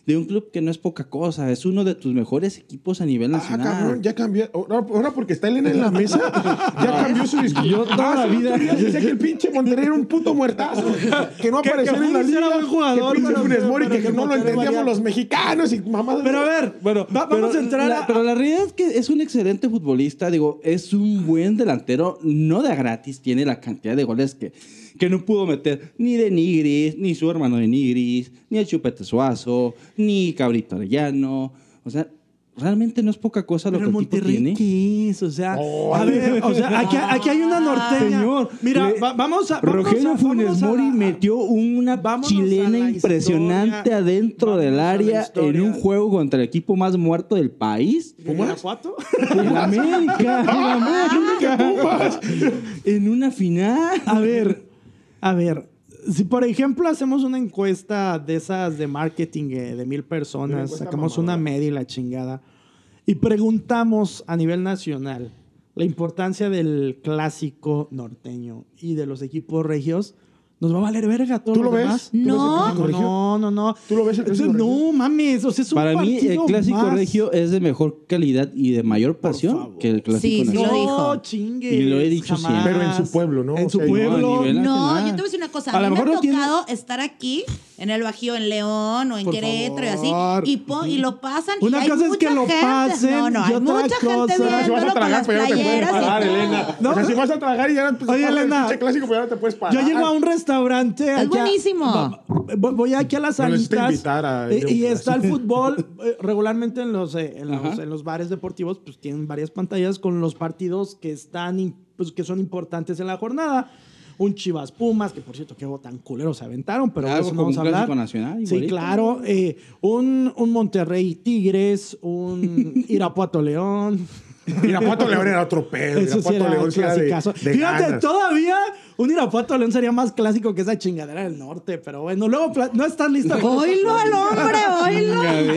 S4: De un club que no es poca cosa, es uno de tus mejores equipos a nivel
S3: Ah,
S4: nacional.
S3: cabrón, ya cambió. Oh, Ahora ahora porque está Elena en la mesa, ya cambió su discurso. Ah,
S4: Yo toda la vida-
S3: Dice que el pinche Monterrey era un puto muertazo. Que no
S1: Que- que
S3: aparecía en la
S1: Funes
S3: liga.
S1: era buen jugador,
S3: que pinche
S1: pero-
S3: Funes Mori,
S1: pero
S3: que,
S1: que
S3: no lo
S1: Monterrey
S3: entendíamos
S1: valía-
S3: los mexicanos y mamás.
S1: Pero a ver,
S4: Bueno,
S1: va-
S4: pero
S1: vamos a entrar
S4: la,
S1: a...
S4: Pero la realidad es que es un excelente futbolista. Digo, es un buen delantero. No de a gratis tiene la cantidad de goles que, que no pudo meter ni de Nigris, ni su hermano de Nigris, ni el Chupete Suazo, ni Cabrito Arellano. O sea, realmente no es poca cosa lo
S1: Pero
S4: que el tipo
S1: Monterrey,
S4: tiene.
S1: ¿qué es? O sea,
S3: Oh.
S1: a ver, o sea, aquí, aquí hay una norteña.
S4: Señor,
S1: mira,
S4: le-
S1: va- vamos a. vamos
S4: Rogelio
S1: a-
S4: Funes
S1: vámonos a
S4: Mori
S1: la-
S4: metió una
S1: vámonos
S4: chilena
S1: a la
S4: impresionante
S1: historia.
S4: adentro del
S1: Vámonos a la
S4: área en
S1: historia.
S4: un juego contra el equipo más muerto del país.
S1: ¿De Guanajuato?
S4: En América, en América. en una final.
S1: A ver, a ver. Si, por ejemplo, hacemos una encuesta de esas de marketing eh, de mil
S3: Una
S1: personas,
S3: encuesta
S1: sacamos una
S3: mamadora.
S1: media y la chingada, y preguntamos a nivel nacional la importancia del clásico norteño y de los equipos regios, nos va a valer verga todo
S3: ¿Tú lo ves?
S1: demás.
S3: ¿Tú ves el
S2: No.
S3: clásico regio?
S1: No, no, no.
S3: ¿Tú lo ves el clásico
S1: Eso-
S3: regio?
S1: No mames, o sea, es un
S4: Para mí, el
S1: partido
S4: clásico
S1: más.
S4: regio es de mejor calidad y de mayor pasión
S1: favor.
S4: que el clásico
S2: Sí, sí,
S4: nacional.
S2: lo
S1: No,
S2: dijo.
S1: chingues.
S4: Y lo he dicho
S1: jamás.
S4: siempre.
S3: Pero en su pueblo, ¿no?
S1: En
S3: O
S1: su
S3: sea, no, a
S1: pueblo.
S2: No,
S4: nivel- Nacional.
S2: yo te voy a decir una cosa.
S4: A
S2: A,
S4: lo
S2: mí me
S4: mejor
S2: ha
S4: no tiene-
S2: tocado estar aquí en el Bajío, en León o en
S1: Por
S2: Querétaro
S1: favor.
S2: y así. Y, po- y lo pasan. y
S1: Una
S2: hay
S1: cosa es
S2: mucha
S1: que lo
S2: gente.
S1: pasen
S2: No, no,
S1: y
S2: hay
S1: otra
S2: mucha
S1: cosa-
S2: gente
S1: Ahora
S3: Si vas
S2: viéndolo
S3: a
S2: con
S3: tragar,
S2: las
S3: pues ya no te puedes
S2: playeras y
S3: parar,
S2: todo.
S3: Elena.
S1: No,
S3: o sea,
S1: pero-
S3: si vas a tragar y ya no te
S1: Oye,
S3: puedes parar,
S1: Elena.
S3: pinche clásico, pues ya no te puedes parar.
S1: Yo llego a un restaurante.
S2: Es
S1: allá-
S2: buenísimo.
S1: Va- va- Voy aquí a las
S3: Me necesito
S1: sanitas.
S3: invitar a-
S1: eh, y está el fútbol. eh, Regularmente en los, eh, en, los,
S4: Ajá.
S1: en los bares deportivos, pues tienen varias pantallas con los partidos que están im- pues, que son importantes en la jornada. Un Chivas Pumas, que por cierto, qué juego tan culero se aventaron, pero de
S4: Algo
S1: eso no
S4: como
S1: vamos a
S4: un clásico
S1: hablar.
S4: nacional,
S1: sí,
S4: igualito.
S1: claro. eh, un, un Monterrey Tigres, un Irapuato León.
S3: Irapuato León era otro pedo.
S1: Eso sí
S3: Irapuato
S1: era
S3: León
S1: un
S3: sí era de,
S1: clasicazo.
S3: de
S1: Fíjate,
S3: ganas.
S1: todavía un Irapuato León sería más clásico que esa chingadera del norte, pero bueno, luego pla- no estás lista.
S2: Oílo al hombre, oílo.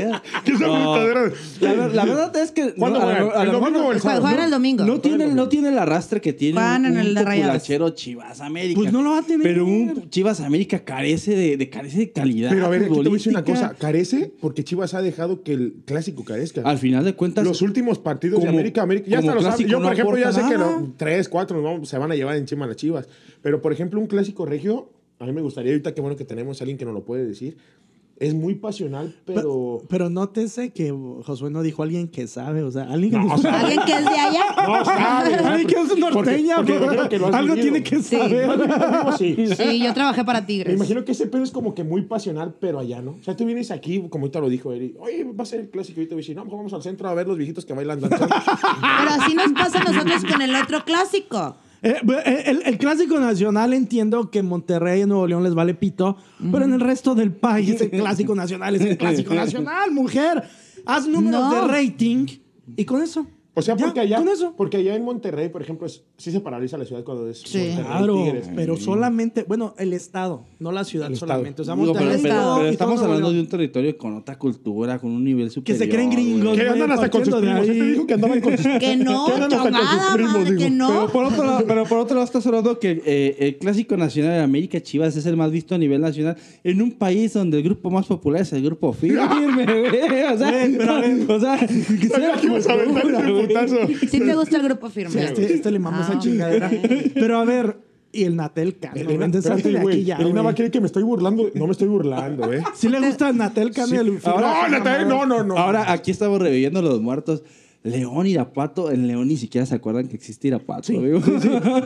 S3: ¿Qué es la verdadera?
S4: La, ver- la verdad es que no,
S3: ¿Cuándo
S4: a lo-
S3: juegan?
S4: a
S3: ¿El
S4: lo mejor
S3: domingo o el
S4: no-
S3: sábado?
S2: Juegan el domingo.
S4: no tiene, no tiene el arrastre que tiene
S2: Juegan en
S4: un,
S2: el de Rayados.
S4: populachero Chivas América.
S1: Pues no lo va a tener.
S4: Pero un Chivas América carece de, de- carece de calidad.
S3: Pero a ver, aquí te voy a decir una
S4: futbolística.
S3: cosa. Carece porque Chivas ha dejado que el clásico carezca.
S4: Al final de cuentas,
S3: los últimos partidos de
S4: como-
S3: América, América ya
S4: como
S3: hasta los
S4: clásico
S3: Yo,
S4: no
S3: por ejemplo, ya sé
S4: aporta
S3: que
S4: nada.
S3: no, tres, cuatro ¿no? se van a llevar encima las chivas. Pero, por ejemplo, un clásico regio, a mí me gustaría ahorita que bueno que tenemos a alguien que nos lo puede decir. Es muy pasional, pero.
S1: pero, pero nótese que Josué no dijo alguien que sabe, o sea, alguien que
S3: No, o sea,
S2: Alguien que es de allá.
S3: no sabe.
S1: Alguien que es norteña,
S3: Porque- porque yo creo que lo has
S1: algo
S3: vivido.
S1: tiene que saber.
S3: Sí.
S2: Sí, yo trabajé para
S3: Me
S2: Tigres.
S3: imagino que ese pedo es como que muy pasional, pero allá no. O sea, tú vienes aquí, como ahorita lo dijo Eri, oye, va a ser el clásico. Ahorita voy a decir, no, mejor vamos al centro a ver los viejitos que bailan danzando.
S2: Pero así nos pasa a nosotros con el otro clásico.
S1: Eh, eh, el, el clásico nacional entiendo que en Monterrey y en Nuevo León les vale pito, pero en el resto del país el clásico nacional es el clásico nacional, mujer. Haz números
S2: No.
S1: de rating y con eso.
S3: O sea,
S1: Ya,
S3: porque allá,
S1: Con eso.
S3: porque allá en Monterrey, por ejemplo, es- sí se paraliza la ciudad cuando es
S2: Sí.
S3: Monterrey,
S1: Claro,
S3: Tigres.
S1: pero solamente, bueno, el estado, no la ciudad
S3: El estado.
S1: solamente. O sea,
S4: Digo, pero,
S1: Monterrey,
S4: pero-
S1: todo-
S4: pero
S1: y
S4: estamos
S1: todo
S4: hablando de
S1: Nuevo
S4: un territorio con otra cultura, con un nivel
S1: Que
S4: superior.
S1: se creen gringos.
S4: güey.
S3: Que andan hasta con sus
S1: Partiendo de ahí.
S3: primos. Te dijo que andaban con sus
S2: Que no,
S3: que andan hasta con sus
S2: chongada,
S3: primos,
S2: madre,
S3: digo.
S2: que no.
S4: Pero por otro lado, pero por otro lado estás hablando que eh, el clásico nacional de América Chivas es el más visto a nivel nacional en un país donde el grupo más popular es el grupo firme, güey. O sea,
S1: Güey, pero a ver.
S4: o sea, que sea
S3: Aquí vas a aventar ese putazo.
S4: güey.
S2: Sí te gusta el grupo
S1: Sí,
S2: firme.
S1: este, este le mama esa
S2: Ah,
S1: chingadera.
S2: ok.
S1: Pero a ver, y el Natel Cano.
S3: Elena,
S1: vende
S3: espérate,
S1: salte de
S3: güey.
S1: aquí ya.
S3: Elena va a
S1: güey.
S3: creer que me estoy burlando. No me estoy burlando, ¿eh?
S1: Si le gusta el Natel Cano y el
S3: Ah, no, Natalia, no, no, no.
S4: Ahora aquí estamos reviviendo los muertos. León, Irapuato, en León ni siquiera se acuerdan que existe Irapuato. amigo.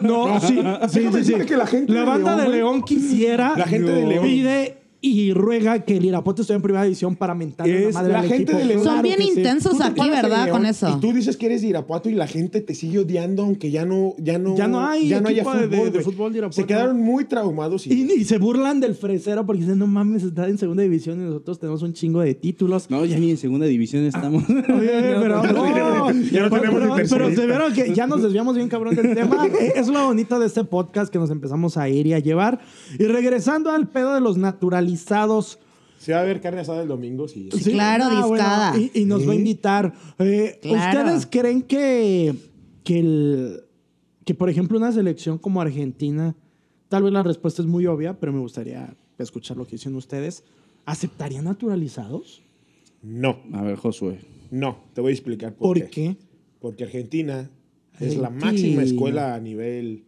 S1: No, ah, sí, sí,
S3: déjame
S1: sí, sí.
S3: decirte que la gente de
S1: banda
S3: León,
S1: de
S3: güey.
S1: León quisiera,
S3: La gente de León.
S1: pide y ruega que el Irapuato esté en primera división para mentar la
S3: Es
S1: madre
S3: la
S1: al
S3: gente
S1: equipo.
S3: de León.
S2: Son
S3: Claro
S2: bien
S3: que sí.
S2: intensos
S3: Tú te
S2: aquí,
S3: paras en
S2: ¿verdad?
S3: León
S2: Con eso.
S3: Y tú dices que eres de Irapuato y la gente te sigue odiando, aunque ya no, ya no,
S1: Ya no hay
S3: ya no haya
S1: equipo de-
S3: fútbol,
S1: de- de
S3: güey.
S1: fútbol de Irapuato.
S3: Se quedaron muy traumados y,
S1: Y, y se burlan del fresero porque dicen, no mames, está en segunda división y nosotros tenemos un chingo de títulos.
S4: No, ya ni en segunda división estamos.
S1: Oye, oye, pero, no, pero-
S3: Ya no tenemos ni
S1: pero, pero
S3: tercerista.
S1: se vieron que ya nos desviamos bien cabrón del tema. Eh, es lo bonito de este podcast que nos empezamos a ir y a llevar. Y regresando al pedo de los naturalizados.
S3: se va a ver carne asada el domingo. Sí.
S2: Sí, claro, discada.
S1: ah, y, y nos va a invitar. Eh,
S2: Claro.
S1: ¿Ustedes creen que, que, el, que, por ejemplo, una selección como Argentina, tal vez la respuesta es muy obvia, pero me gustaría escuchar lo que dicen ustedes, ¿aceptaría naturalizados?
S3: No,
S4: A ver, Josué.
S3: no, te voy a explicar por,
S1: ¿Por, qué?
S3: Porque Argentina, es la
S1: Argentina.
S3: máxima escuela a nivel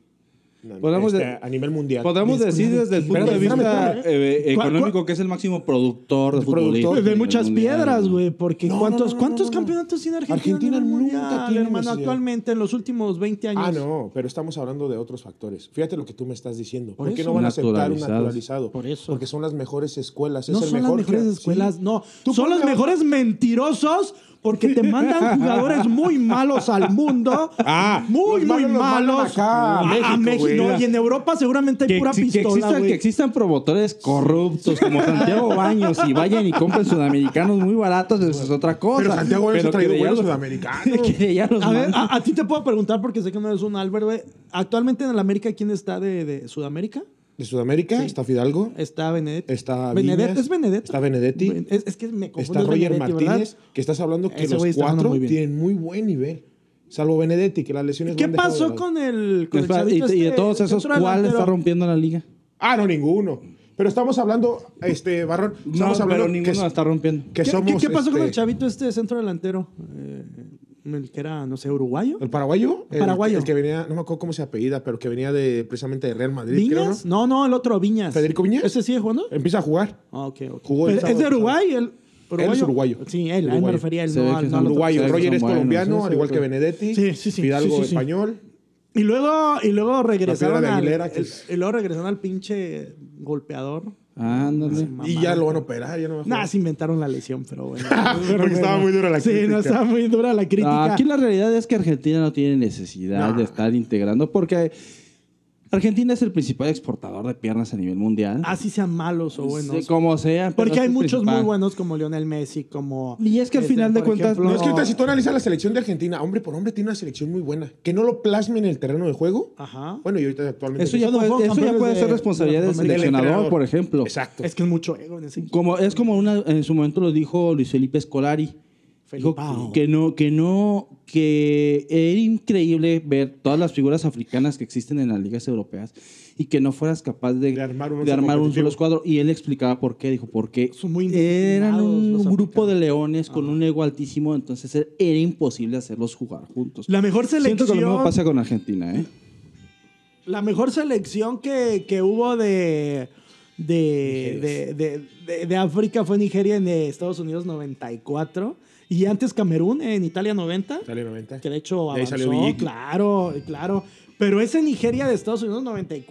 S4: Podemos
S3: este,
S4: de-
S3: a nivel mundial.
S4: Podríamos decir desde el punto de
S3: Espérame,
S4: vista
S3: espérame.
S4: eh,
S1: ¿Cuál-
S4: económico que es el máximo productor de
S3: Productor
S4: futbolistas.
S1: De
S4: del
S1: muchas
S4: mundial.
S1: piedras, güey, porque
S3: No, no,
S1: ¿cuántos,
S3: no, no,
S1: ¿cuántos
S3: no, no.
S1: campeonatos tiene Argentina?
S3: Argentina
S1: en el
S3: nunca
S1: Mundial,
S3: tiene
S1: hermano,
S3: necesidad.
S1: actualmente en los últimos 20 años.
S3: Ah, no, pero estamos hablando de otros factores. Fíjate lo que tú me estás diciendo.
S1: Por
S3: ¿Por, qué
S1: eso.
S3: no van a aceptar un
S4: Naturalizados.
S3: naturalizado?
S1: Por eso.
S3: Porque son las mejores escuelas.
S1: No
S3: es el
S1: son
S3: mejor
S1: las mejores
S3: que-
S1: escuelas,
S3: Sí.
S1: no.
S3: Tú
S1: Son
S3: ponle
S1: los
S3: a-
S1: mejores mentirosos porque te mandan jugadores muy malos al mundo.
S3: Ah,
S1: muy,
S3: los
S1: muy
S3: malos los mandan
S1: malos. Ah,
S3: acá, a
S1: a
S3: México,
S1: México.
S3: güey.
S1: No, y en Europa seguramente hay
S4: Que,
S1: pura
S4: exi- que
S1: pistola,
S4: existan,
S1: güey.
S4: que existan promotores corruptos como Santiago Baños y vayan y compren sudamericanos muy baratos, eso es otra cosa.
S3: Pero Santiago Baños ha
S4: que
S3: traído
S4: de ya
S3: buenos
S4: los-
S3: sudamericanos.
S4: que de ya los
S1: A ver, ah,
S4: manden.
S1: a, a ti te puedo preguntar porque sé que no eres un Albert, güey. Actualmente en el América, ¿quién está de, de Sudamérica?
S3: De Sudamérica está Fidalgo.
S1: Está Benedetti.
S3: Está
S1: Benedetti.
S3: Viñas,
S1: ¿Es Benedetti?
S3: está Benedetti.
S1: Ben- Es, es que me confundo.
S3: Está
S1: es
S3: Roger
S1: Benedetti, ¿verdad?
S3: Martínez, que estás hablando que
S1: Ese
S3: los
S1: güey está jugando
S3: cuatro
S1: muy bien.
S3: tienen muy buen nivel. Salvo Benedetti, que las lesiones
S1: ¿Qué
S3: lo han dejado de
S1: pasó
S3: lado.
S1: con el, con el
S4: Espera, y,
S1: chavito
S4: y de
S1: este
S4: todos esos,
S1: centro
S4: ¿cuál
S1: delantero?
S4: está rompiendo la liga?
S3: Ah, no, ninguno.
S1: Mm.
S3: Pero estamos hablando, este, Barrón,
S4: No,
S3: estamos hablando
S4: pero
S3: que-
S4: ninguno la está rompiendo.
S3: que
S1: ¿Qué,
S3: somos,
S1: qué- qué pasó con el
S3: este,
S1: chavito este centro delantero? Eh, el que era, no sé, uruguayo.
S3: ¿El paraguayo? El-
S1: Paraguayo.
S3: El que venía, no me acuerdo cómo se apellida, pero que venía de precisamente de Real Madrid. creo,
S1: ¿Viñas? No, no, el otro, Viñas.
S3: ¿Federico Viñas?
S1: ¿Ese sigue jugando?
S3: ¿no? Empieza a jugar.
S1: Ah, ok, ok.
S3: Jugó el
S1: ¿Es- ¿Es de
S3: sábado
S1: Uruguay? El
S3: Él es uruguayo.
S1: Sí, él, a él me
S3: Uruguayo.
S1: refería él,
S4: Se ve
S1: no,
S4: que
S1: al-
S4: es
S1: no al otro.
S3: Uruguayo.
S4: Sí,
S3: Roger
S4: son
S3: es
S4: buenos,
S3: colombiano,
S4: sí,
S3: al igual
S4: sí.
S3: que Benedetti.
S1: Sí, sí, sí.
S3: Fidalgo
S1: Sí, sí, sí.
S3: español.
S1: Y luego, y luego regresaron
S3: de
S1: al,
S3: Aguilera, que
S1: el-
S3: es-
S1: y luego regresaron al pinche golpeador.
S4: Ándale.
S3: Y ya lo van a operar, ya no va a
S1: Nada,
S3: jugar.
S1: se inventaron la lesión, pero bueno.
S3: Porque estaba muy dura la
S1: Sí, no
S3: crítica.
S1: estaba muy dura la
S4: Ah,
S1: crítica.
S4: Aquí la realidad es que Argentina no tiene necesidad
S3: No.
S4: de estar integrando porque Argentina es el principal exportador de piernas a nivel mundial.
S1: Así Ah, sean malos o buenos.
S4: Sí, como sea. pero
S1: Porque
S4: es
S1: hay
S4: el
S1: muchos
S4: principal.
S1: muy buenos como Lionel Messi, como... este,
S4: Y es que al final de
S1: por
S4: cuentas,
S1: ejemplo,
S3: No, es que ahorita
S4: No.
S3: si tú analizas la selección de Argentina, hombre por hombre tiene una selección muy buena. Que no lo plasme en el terreno de juego.
S1: Ajá.
S3: Bueno, y ahorita actualmente...
S4: Eso ya
S1: Son
S4: puede, eso ya
S1: campeones
S4: puede
S1: de-
S4: ser responsabilidad del
S1: del
S4: seleccionador,
S3: entrenador.
S4: por ejemplo.
S3: Exacto.
S1: Es que es mucho ego en ese equipo.
S4: Como, es como una, en su momento lo dijo Luis Felipe Scolari. Dijo
S1: Felipao.
S4: que no, que no, que era increíble ver todas las figuras africanas que existen en las ligas europeas y que no fueras capaz de,
S3: De armar un
S4: de
S3: once
S4: armar un
S3: competitivo.
S4: solo escuadro. Y él explicaba por qué, dijo, porque
S1: Son muy
S4: eran
S1: indisciplinados
S4: un
S1: los
S4: grupo
S1: africanos.
S4: de leones con un ego altísimo, entonces era- era imposible hacerlos jugar juntos.
S1: La mejor
S4: Siento que lo mismo
S1: selección-
S4: pasa con Argentina, ¿eh?
S1: La mejor selección que, que hubo de de, de, de- de- de África fue Nigeria en eh, Estados Unidos 94 y antes Camerún en Italia 90.
S3: Sale 90.
S1: Que de hecho
S3: De ahí
S1: avanzó,
S3: salió Villiqui.
S1: claro, claro. Pero ese Nigeria de Estados Unidos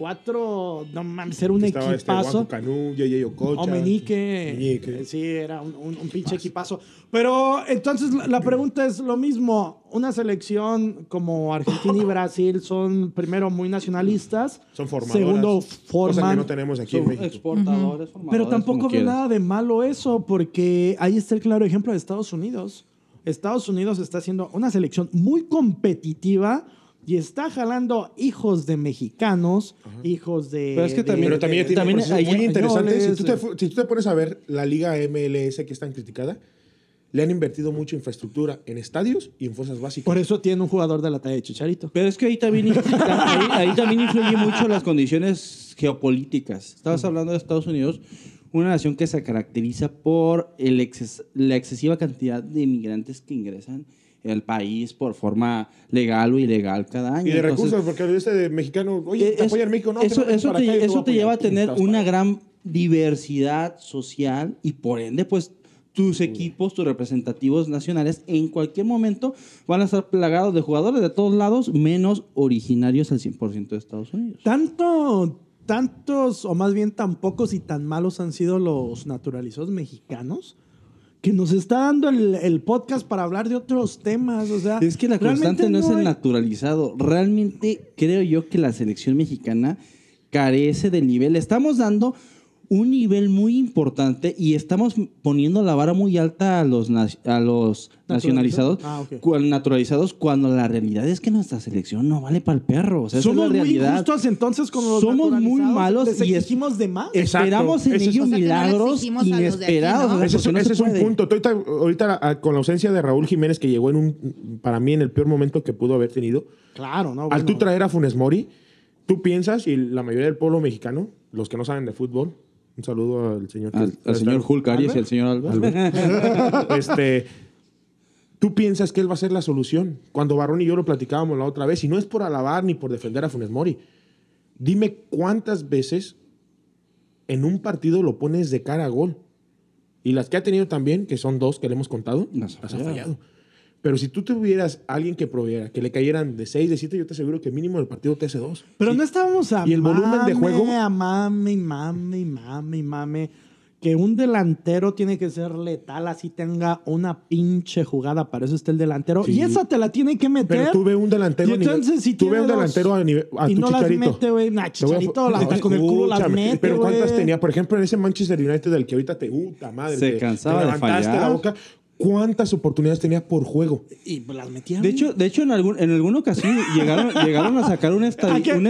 S1: 94, no mames, era un
S3: Estaba este
S1: equipazo.
S3: Juanjo Canú, Yeye Ococha.
S1: Omenique.
S3: Meñique.
S1: Sí, era un, un- un pinche equipazo. Pero entonces la, la pregunta es lo mismo. Una selección como Argentina y Brasil son primero muy nacionalistas.
S3: Son formadoras.
S1: Segundo,
S3: Cosa que
S1: forman.
S3: no tenemos aquí en
S4: Son
S3: México.
S4: exportadores,
S1: pero
S4: formadores,
S1: tampoco
S4: como
S1: veo
S4: quieras.
S1: nada de malo eso, porque ahí está el claro ejemplo de Estados Unidos. Estados Unidos está haciendo una selección muy competitiva y está jalando hijos de mexicanos, hijos de.
S4: Pero es que
S1: de-
S4: también-
S3: Pero también ya tiene
S4: También
S3: procesos
S4: hay-
S3: muy
S4: hay
S3: interesantes. Si
S4: goles,
S3: tú, te, fu- si tú te pones a ver la liga MLS que es tan criticada, le han invertido mucho infraestructura en estadios y en fuerzas básicas.
S1: Por eso tiene un jugador de la talla de Chicharito.
S4: Pero es que ahí también, ahí, ahí también influye mucho las condiciones geopolíticas. Estabas hablando de Estados Unidos, una nación que se caracteriza por el exces- la excesiva cantidad de inmigrantes que ingresan al país por forma legal o ilegal cada año.
S3: y de
S4: Entonces,
S3: recursos, porque este mexicano, oye,
S4: eh,
S3: te
S4: es-
S3: apoya en México, no.
S4: Eso,
S3: vente
S4: eso
S3: para
S4: te,
S3: acá, yo voy
S4: eso te
S3: apoyar.
S4: lleva a tener
S3: Estás
S4: una
S3: para acá.
S4: gran diversidad social y por ende, pues tus equipos, tus representativos nacionales, en cualquier momento van a estar plagados de jugadores de todos lados, menos originarios al 100% de Estados Unidos.
S1: Tanto, tantos, o más bien tan pocos y tan malos han sido los naturalizados mexicanos que nos está dando el, el podcast para hablar de otros temas. O sea,
S4: Es que la
S1: realmente
S4: constante no, es el
S1: hay-
S4: naturalizado. Realmente creo yo que la selección mexicana carece del nivel. Estamos dando un nivel muy importante y estamos poniendo la vara muy alta a los, na- a los nacionalizados,
S1: Ah, ok.
S4: cual- naturalizados, cuando la realidad es que nuestra selección no vale para el perro. O sea, esa es
S1: Somos muy
S4: la realidad.
S1: injustos entonces con los
S4: Somos muy
S1: naturalizados,
S4: malos
S1: les
S4: y es-
S1: exigimos de más.
S3: Es- Exacto.
S4: Esperamos en
S3: Ese es-
S4: ellos
S3: O sea,
S2: que no le
S4: milagros
S2: exigimos a los de aquí,
S4: inesperados.
S2: ¿no?
S4: o sea,
S3: Ese es,
S4: porque no
S3: ese
S4: se
S3: es un
S4: puede.
S3: punto. Ahorita, ahorita la- a- con la ausencia de Raúl Jiménez, que llegó en un, para mí en el peor momento que pudo haber tenido,
S1: claro, ¿no?
S3: al
S1: bueno.
S3: tú traer a Funes Mori, tú piensas, y la mayoría del pueblo mexicano, los que no saben de fútbol, un saludo al señor. que
S4: Al,
S3: está-
S4: al señor Hulk Arias y al señor Albert.
S3: este, tú piensas que él va a ser la solución. Cuando Barón y yo lo platicábamos la otra vez, y no es por alabar ni por defender a Funes Mori. Dime cuántas veces en un partido lo pones de cara a gol. Y las que ha tenido también, que son dos que le hemos contado,
S4: Las ha
S3: las ha
S4: fallado.
S3: fallado. Pero si tú tuvieras a alguien que proviera, que le cayeran de 6, de 7, yo te aseguro que mínimo el partido te hace dos.
S1: Pero no estábamos a
S3: y el volumen
S1: mame,
S3: de juego-
S1: A mame, y mame, y mame, y mame. Que un delantero tiene que ser letal, así tenga una pinche jugada. Para eso está el delantero.
S3: Sí.
S1: Y esa te la tiene que meter.
S3: Pero tuve un delantero
S1: Y
S3: a nivel-
S1: entonces, si
S3: tuve
S1: tiene
S3: un
S1: dos
S3: delantero a nivel- a
S1: y
S3: tu
S1: no
S3: Chicharito.
S1: las mete, güey. Nah,
S3: Te voy a-
S1: Chicharito, las-
S3: Escúchame,
S1: con el culo las mete,
S3: Pero cuántas
S1: güey.
S3: tenía, por ejemplo, en ese Manchester United del que ahorita te. ¡Puta madre!
S4: Se
S3: te-
S4: cansaba
S3: te
S4: de
S3: levantaste
S4: fallar.
S3: la boca. ¿Cuántas oportunidades tenía por juego?
S1: Y pues, las metía.
S4: De hecho, de hecho en, algún, en alguna ocasión llegaron, llegaron a sacar una, estadi-
S1: ¿A qué- qué?
S4: una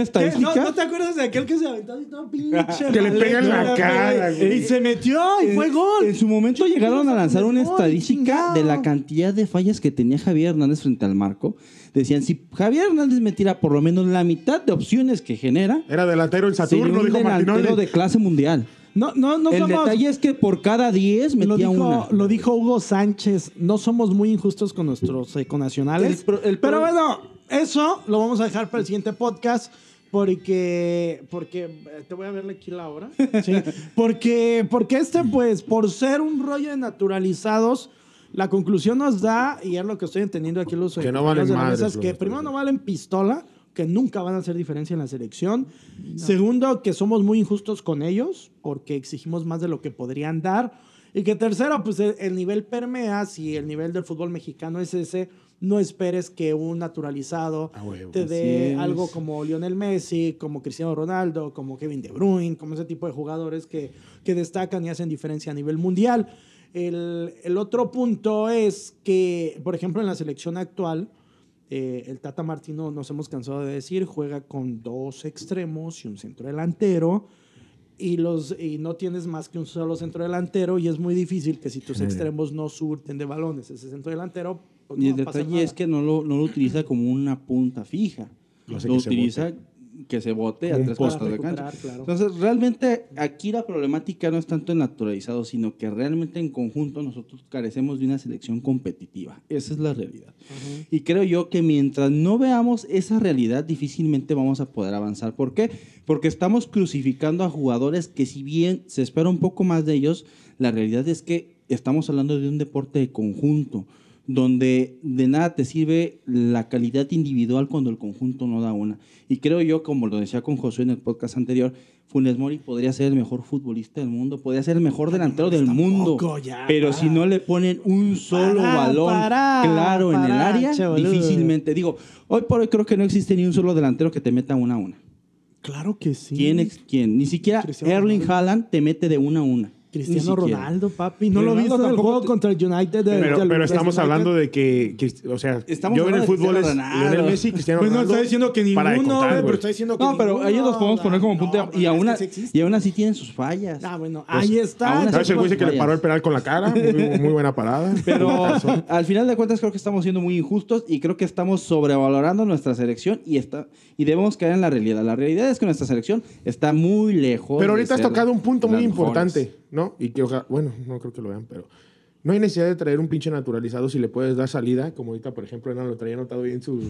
S1: ¿No,
S4: estadística.
S1: no te acuerdas de aquel que se aventó y todo pinche?
S3: Que le
S1: maleta,
S3: pega en la cara, güey.
S1: Y se metió y fue gol.
S4: En su momento llegaron a lanzar una
S1: Gol,
S4: estadística
S1: chingado.
S4: de la cantidad de fallas que tenía Javier Hernández frente al marco. Decían, si Javier Hernández metiera por lo menos la mitad de opciones que genera,
S3: Era delantero en
S4: sería
S3: Saturno,
S4: un
S3: dijo
S4: delantero
S3: Martinoli.
S4: de clase mundial.
S1: No, no, no
S4: el
S1: somos.
S4: detalle es que por cada 10 metía
S1: Lo dijo,
S4: una.
S1: lo dijo Hugo Sánchez, no somos muy injustos con nuestros eh, conacionales.
S4: El pro- el
S1: pero
S4: pro-
S1: bueno, eso lo vamos a dejar para el siguiente podcast. Porque, porque, eh, te voy a verle aquí la hora. Sí, porque, porque este, pues, por ser un rollo de naturalizados, la conclusión nos da, y es lo que estoy entendiendo aquí los
S3: Que no
S1: compañeros
S3: valen
S1: de la
S3: madres
S1: mesa, es
S3: los
S1: que
S3: nuestros.
S1: primero no valen pistola, que nunca van a hacer diferencia en la selección. Segundo, que somos muy injustos con ellos, porque exigimos más de lo que podrían dar. Y que tercero, pues el, el nivel permea, si el nivel del fútbol mexicano es ese, no esperes que un naturalizado
S3: A huevo.
S1: te
S4: Ah, Así
S1: dé
S4: es.
S1: algo como Lionel Messi, como Cristiano Ronaldo, como Kevin De Bruyne, como ese tipo de jugadores que, que destacan y hacen diferencia a nivel mundial. El, el otro punto es que, por ejemplo, en la selección actual, eh, el Tata Martino, nos hemos cansado de decir, juega con dos extremos y un centro delantero. Y, los, y no tienes más que un solo centro delantero y es muy difícil que si tus extremos no surten de balones ese centro delantero pues, no
S4: Y el
S1: va a pasar
S4: detalle
S1: nada.
S4: es que no lo, no lo utiliza como una punta fija.
S3: Lo hace
S4: Lo
S3: que se
S4: utiliza que se bote a
S3: Como un
S4: tres
S3: poste.
S4: cuartos de cancha.
S1: Recuperar, claro.
S4: Entonces, realmente aquí la problemática no es tanto en naturalizado, sino que realmente en conjunto nosotros carecemos de una selección competitiva. Esa es la realidad. Y creo yo que mientras no veamos esa realidad, difícilmente vamos a poder avanzar. ¿Por qué? Porque estamos crucificando a jugadores que si bien se espera un poco más de ellos, la realidad es que estamos hablando de un deporte de conjunto, donde de nada te sirve la calidad individual cuando el conjunto no da una. Y creo yo, como lo decía con Josué en el podcast anterior, Funes Mori podría ser el mejor futbolista del mundo, podría ser el mejor delantero del mundo.
S1: tampoco, ya,
S4: pero
S1: para.
S4: si no le ponen un solo
S1: Pará,
S4: balón
S1: pará,
S4: claro en el
S1: pará,
S4: área,
S1: che, boludo.
S4: difícilmente. Digo, hoy por hoy creo que no existe ni un solo delantero que te meta una a una.
S1: Claro que sí.
S4: ¿Quién? ex- quién? Ni siquiera
S1: Cristiano
S4: Erling
S1: Ronaldo.
S4: Haaland te mete de una a una. Ni
S1: Cristiano
S4: siquiera.
S1: Ronaldo, papi. No lo
S4: Ronaldo
S1: viste en el
S4: tampoco
S1: juego
S4: te-
S1: contra el United. de-
S3: Pero,
S1: del
S3: pero estamos
S1: West
S3: hablando
S1: United.
S3: de que, que- o sea,
S4: Estamos
S3: yo en el
S4: hablando de
S3: fútbol es
S4: Cristiano Ronaldo.
S3: Lionel Messi, Cristiano
S1: Pues no
S3: Ronaldo.
S1: está diciendo que
S3: para de
S1: ninguno,
S3: contar,
S1: eh,
S3: güey.
S1: pero está diciendo que
S4: No, pero
S1: ninguno,
S4: ellos los podemos poner como
S1: no,
S4: punto
S1: pues
S4: y,
S1: es
S4: aún
S1: que
S4: a-
S1: sí existe.
S4: y aún así tienen sus fallas.
S1: Ah, bueno,
S4: Pues,
S1: ahí está.
S4: aún así-
S3: ¿Sabes el güey ese que le
S4: Vaya.
S3: paró el penal con la cara? Muy, muy buena parada.
S4: Pero al final de cuentas creo que estamos siendo muy injustos y creo que estamos sobrevalorando nuestra selección y está y debemos caer en la realidad. La realidad es que nuestra selección está muy lejos.
S3: Pero
S4: de
S3: ahorita has
S4: ser
S3: tocado un punto muy
S4: las
S3: importante,
S4: mejores.
S3: ¿no? Y que ojalá, bueno, no creo que lo vean, pero no hay necesidad de traer un pinche naturalizado si le puedes dar salida, como ahorita, por ejemplo, Elena lo traía anotado bien su...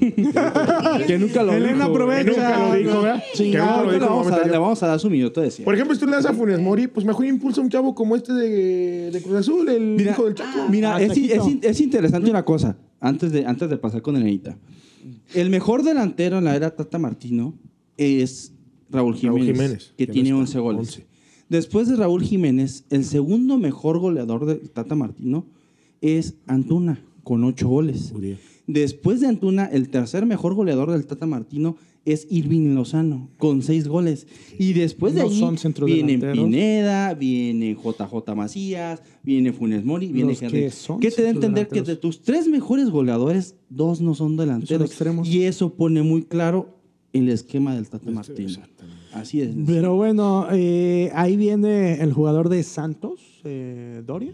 S4: Que nunca lo
S1: Elena,
S4: dijo.
S1: aprovecha.
S3: Nunca lo dijo, ¿verdad?
S1: Chingado,
S3: Que nunca
S4: Ahorita
S3: lo
S4: le
S3: dijo,
S4: vamos, a
S3: momento
S4: dar, le
S3: yo.
S4: vamos a dar su minuto de cien.
S3: Por ejemplo, si tú le das a Funes Mori, pues mejor impulsa un chavo como este de, de Cruz Azul, el
S4: Mira,
S3: hijo del Chaco.
S4: Mira,
S1: Ah,
S4: es,
S1: Taquito.
S4: es in- es interesante una cosa, antes de, antes de pasar con Elenita. El mejor delantero en la era Tata Martino es Raúl
S3: Raúl
S4: Jiménez,
S3: Jiménez, que
S4: que,
S3: no
S4: tiene
S3: está,
S4: 11 goles.
S3: 11.
S4: Después de Raúl Jiménez, el segundo mejor goleador de Tata Martino es Antuna, con 8 goles.
S3: Uriel.
S4: Después de Antuna, el tercer mejor goleador del Tata Martino es Irving Lozano, con seis goles. Y después de
S1: No
S4: ahí
S1: son centros
S4: vienen
S1: delanteros.
S4: Pineda, viene JJ Macías, viene Funes Mori, viene
S1: Los que
S4: Henry.
S1: son
S4: ¿Qué te da a
S1: centros
S4: entender que de
S1: delanteros?
S4: tus tres mejores goleadores, dos no son delanteros?
S1: extremos.
S4: Y eso pone muy claro el esquema del Tata Martino. Así es.
S1: Pero bueno, eh, ahí viene el jugador de Santos, eh, Doria.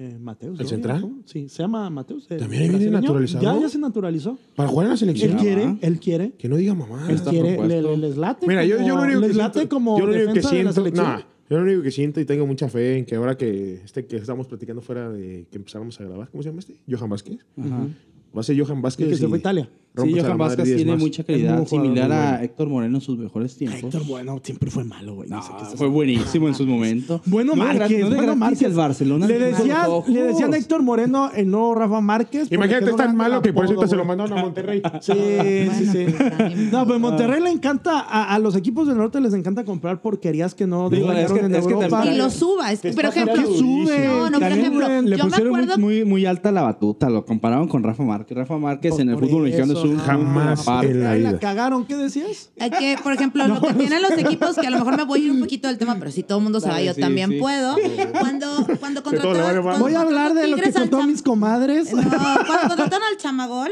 S1: Eh, Mateus. Doria,
S3: central?
S1: ¿no? Sí, se llama Mateus. el
S3: También ahí viene
S1: brasileño.
S3: naturalizado. Ah.
S1: Ya, ya se naturalizó.
S3: Para jugar en la
S1: Él
S3: selección.
S4: ¿Quién?
S1: quiere,
S4: va.
S1: él quiere.
S3: Que no diga mamá.
S1: Él
S4: está
S1: quiere, le,
S4: propuesto.
S1: le- les late.
S3: Mira, yo,
S1: como-
S3: yo lo único que
S1: les late
S3: siento,
S1: como
S3: yo lo único que
S1: defensa de la
S3: siento,
S1: selección.
S3: nah, yo lo único que siento y tengo mucha fe en que ahora que este que estamos platicando fuera de que empezáramos a grabar, ¿cómo se llama este? Johan Vázquez.
S4: Ajá.
S3: Va a ser Johan
S1: Y
S3: Vázquez.
S1: que se
S3: y
S1: fue a Italia.
S3: rompes
S4: Sí,
S3: a la
S4: Johan
S3: madre
S4: Vázquez
S3: diez
S4: tiene
S3: más.
S4: mucha
S1: Es muy
S4: calidad,
S1: buen jugador,
S4: similar
S1: muy
S4: a
S1: bueno.
S4: Héctor Moreno en sus mejores tiempos.
S1: Héctor, bueno, siempre fue malo, güey.
S4: No,
S1: No sé qué
S4: fue buenísimo en sus momentos.
S1: Bueno,
S4: no
S1: Márquez,
S4: de
S1: bueno,
S4: gratis
S1: Márquez.
S4: el Barcelona.
S1: Le
S4: tiene
S1: decían,
S4: malos
S1: le decían
S4: ojos.
S1: a Héctor Moreno el nuevo Rafa Márquez.
S3: Imagínate,
S1: porque
S3: es
S1: no
S3: tan
S1: gana el
S3: malo que por eso ahorita
S1: apodo,
S3: se lo
S1: güey.
S3: mandaron a Monterrey.
S1: Sí, sí, sí.
S2: Bueno, pues, también.
S1: No, pues Monterrey le encanta, a, a los equipos del norte les encanta comprar porquerías que no
S4: Digo, es
S1: desarrollaron
S4: que-
S1: en
S4: es que
S1: Europa.
S4: también-
S2: Y lo suba. Es-
S3: Te
S2: Pero
S3: está
S2: ejemplo.
S1: ¿Qué sube?
S2: No, no, por
S1: También
S2: ejemplo,
S1: le-
S4: Le
S2: yo me
S4: pusieron muy-
S2: acuerdo.
S4: muy, muy alta la batuta, lo compararon con Rafa Márquez. Rafa Márquez
S1: Pues
S4: en el
S1: por
S4: fútbol mexicano
S1: eso,
S4: es un
S1: no,
S3: Jamás
S4: aparte.
S3: en la
S1: Ahí la
S3: vida.
S1: cagaron, ¿qué decías?
S2: a que, por ejemplo, lo que tienen los equipos, que a lo mejor me voy a ir un poquito del tema, pero si todo el mundo se va,
S4: Dale,
S2: yo
S4: sí,
S2: también
S4: sí.
S2: puedo. Cuando, cuando
S3: Que todo le
S2: contrataron.
S3: vale madre.
S2: cuando
S1: Voy a hablar de lo que
S2: Tigres al
S1: contó
S2: Cham-
S1: mis comadres.
S2: No, cuando contrataron al Chamagol,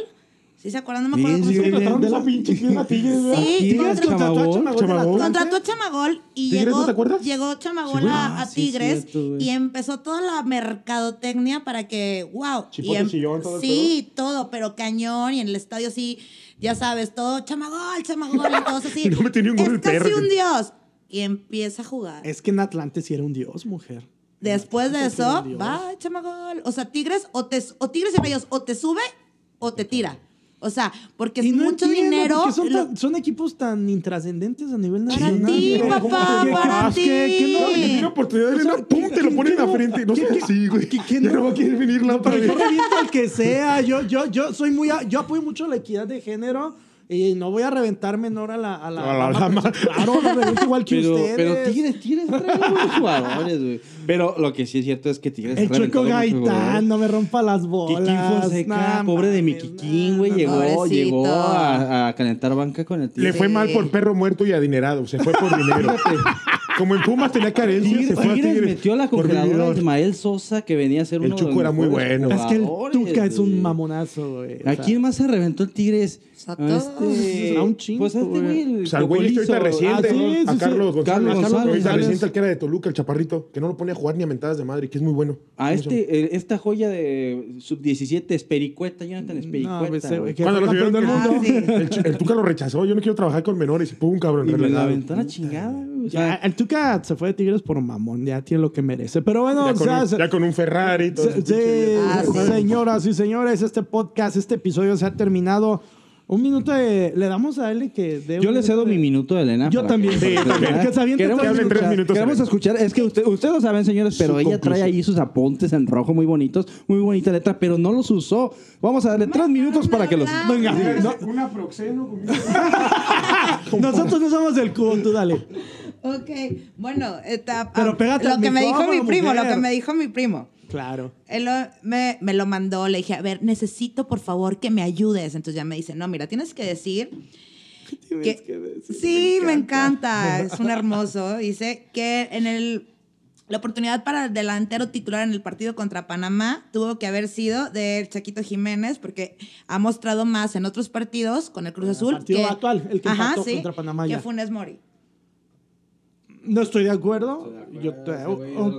S2: ¿sí se acuerdan? No me acuerdo
S4: Sí,
S2: cómo se
S4: sí,
S2: llama.
S1: Contrataron
S3: de
S1: esa
S3: la pinche
S2: Sí,
S1: Tigres
S2: contra-
S1: contrató a
S4: Chamagol.
S1: Chamagol del
S3: Chamagol.
S1: Atlante.
S2: contrató a Chamagol y
S3: ¿Tigres,
S2: llegó,
S3: no te acuerdas?
S2: llegó Chamagol
S3: Sí,
S2: a,
S4: güey.
S2: a
S4: Ah, sí,
S2: Tigres
S4: cierto, güey.
S2: y empezó toda la mercadotecnia para que, wow.
S3: Chipote,
S2: y em-
S3: chillón, todo el
S2: sí, todo, pero cañón y en el estadio sí, ya sabes, todo Chamagol, Chamagol y todos así.
S3: No me tenía un gol
S2: es
S3: el
S2: casi
S3: perro.
S2: un dios. y empieza a jugar.
S1: Es que en Atlante sí era un dios, mujer.
S2: Después de
S1: Atlante
S2: eso,
S1: sí era un dios.
S2: va, chamagol. O sea, Tigres o, te, o Tigres y Rayos o te sube o te tira. O sea, porque
S1: Y
S2: es
S1: no
S2: mucho
S1: entiendo,
S2: dinero.
S1: porque Son,
S2: lo-
S1: tan- son equipos tan intrascendentes a nivel
S2: Para
S1: nacional.
S2: ti,
S1: ¿Qué-
S2: papá,
S1: qué-
S2: para
S1: qué-
S2: ti.
S1: qué- qué no-
S3: Claro que
S2: Sí.
S3: tiene oportunidad de
S1: O sea,
S3: Elena, ¡pum! Te lo
S1: ¿qué-
S3: ponen en
S1: qué
S3: la
S1: no-
S3: frente. No sé
S1: qué-
S3: qué sí, güey.
S1: qué- qué
S3: Ya
S1: no-
S3: no va a querer venir la otra
S1: Pero
S3: vez.
S1: yo reviento al que sea. Yo, yo, yo soy muy. a- yo apoyo mucho la equidad de género. Y no voy a reventar menor a la. A la,
S3: A la dama.
S1: Claro, lo reviento igual que
S4: Pero,
S1: ustedes.
S4: pero Tigres, Tigres trae buenos jugadores, güey. Pero lo que sí es cierto es que Tigres
S1: El
S4: ha reventado
S1: Chueco
S4: muchos
S1: Gaitán,
S4: jugadores.
S1: no me rompa las
S4: Kikín
S1: bolas.
S4: Fonseca,
S1: Nah,
S4: pobre de mi
S1: mames,
S4: Kikín,
S1: nah,
S4: güey,
S1: nah,
S4: llegó,
S2: Pobrecito.
S4: llegó a, a calentar banca con el
S3: Le
S4: Tigres.
S3: fue
S2: Sí.
S3: mal por perro muerto y adinerado. Se fue por dinero. Como en Pumas tenía carencia, se
S4: Tigres,
S3: fue a
S4: Tigres
S3: Tigres.
S4: metió a la
S3: por
S4: congeladora a
S3: vividor.
S4: Ismael Sosa, que venía a ser
S3: El
S4: uno
S3: Chuco
S4: de los
S3: era muy
S4: mejores
S3: bueno.
S1: Es que el
S4: jugadores,
S1: Tuca es un
S4: güey.
S1: mamonazo, güey. O
S4: ¿A
S1: sea,
S4: quién más se reventó el Tigres?
S2: A todos.
S1: A un chingo,
S4: Pues a este güey, el
S3: Pues al güey este
S4: Cocolizo.
S3: ahorita reciente,
S1: Ah, sí, sí, sí.
S3: a Carlos González.
S4: Carlos
S3: Ahorita
S4: González.
S3: reciente al que era de Toluca, el chaparrito, que no lo pone a jugar ni a mentadas de madre, que es muy bueno.
S4: A este, el- esta joya de sub-17, Espericueta, Jonathan Espericueta.
S1: No, pues, ese güey
S4: güey.
S1: que
S3: Cuando
S1: fue
S3: lo subieron
S1: campeón
S2: del mundo. Ah, sí.
S3: El, ch- el Tuca lo rechazó, yo no quiero trabajar con menores. Pum, un cabrón,
S4: y me la
S3: relegado.
S4: aventó a la chingada. güey. O
S1: Ya, eh,
S4: sea,
S1: el Tuca se fue de Tigres por mamón, ya tiene lo que merece. Pero bueno,
S3: Ya,
S1: o
S3: con
S1: sea,
S3: un,
S1: se-
S3: ya con un Ferrari. todo
S1: se-
S3: ese pinche-
S1: se-
S2: Ah, sí.
S1: señoras y señores, este podcast, este episodio se ha terminado. Un minuto de- le damos a él que dé
S4: yo
S1: un
S4: le cedo
S1: de-
S4: mi minuto a Elena.
S1: este, Yo
S4: para
S1: también.
S4: que-
S1: Sí,
S4: para
S1: también.
S4: ¿verdad?
S1: Que se aviente
S4: Queremos
S1: todo el
S3: minuto.
S4: escuchar-
S3: Tres minutos,
S4: Queremos
S3: Elena.
S4: escuchar. Es que usted- ustedes lo saben, señores, pero
S3: Su
S4: ella
S3: conclusión.
S4: trae ahí sus apuntes en rojo muy bonitos, muy bonita letra, pero no los usó. Vamos a darle tres minutos para que los.
S2: Venga.
S3: Una proxeno conmigo.
S1: Nosotros no somos del cubo, tú dale.
S2: Ok, bueno, etapa.
S1: Pero pégate
S2: lo
S1: al
S2: que me dijo mi
S1: micrófono,
S2: primo, lo
S1: mujer.
S2: que me dijo mi primo.
S1: Claro.
S2: Él lo- me, me lo mandó, le dije, a ver, necesito por favor que me ayudes. Entonces ya me dice, no, mira, tienes que decir que... sí, me encanta. es un hermoso. Dice que en el... La oportunidad para el delantero titular en el partido contra Panamá tuvo que haber sido del Chaquito Jiménez porque ha mostrado más en otros partidos con el Cruz Azul.
S1: partido actual, el que empató contra Panamá
S2: que
S1: ya.
S2: Funes Mori.
S1: No estoy de acuerdo. Yo o-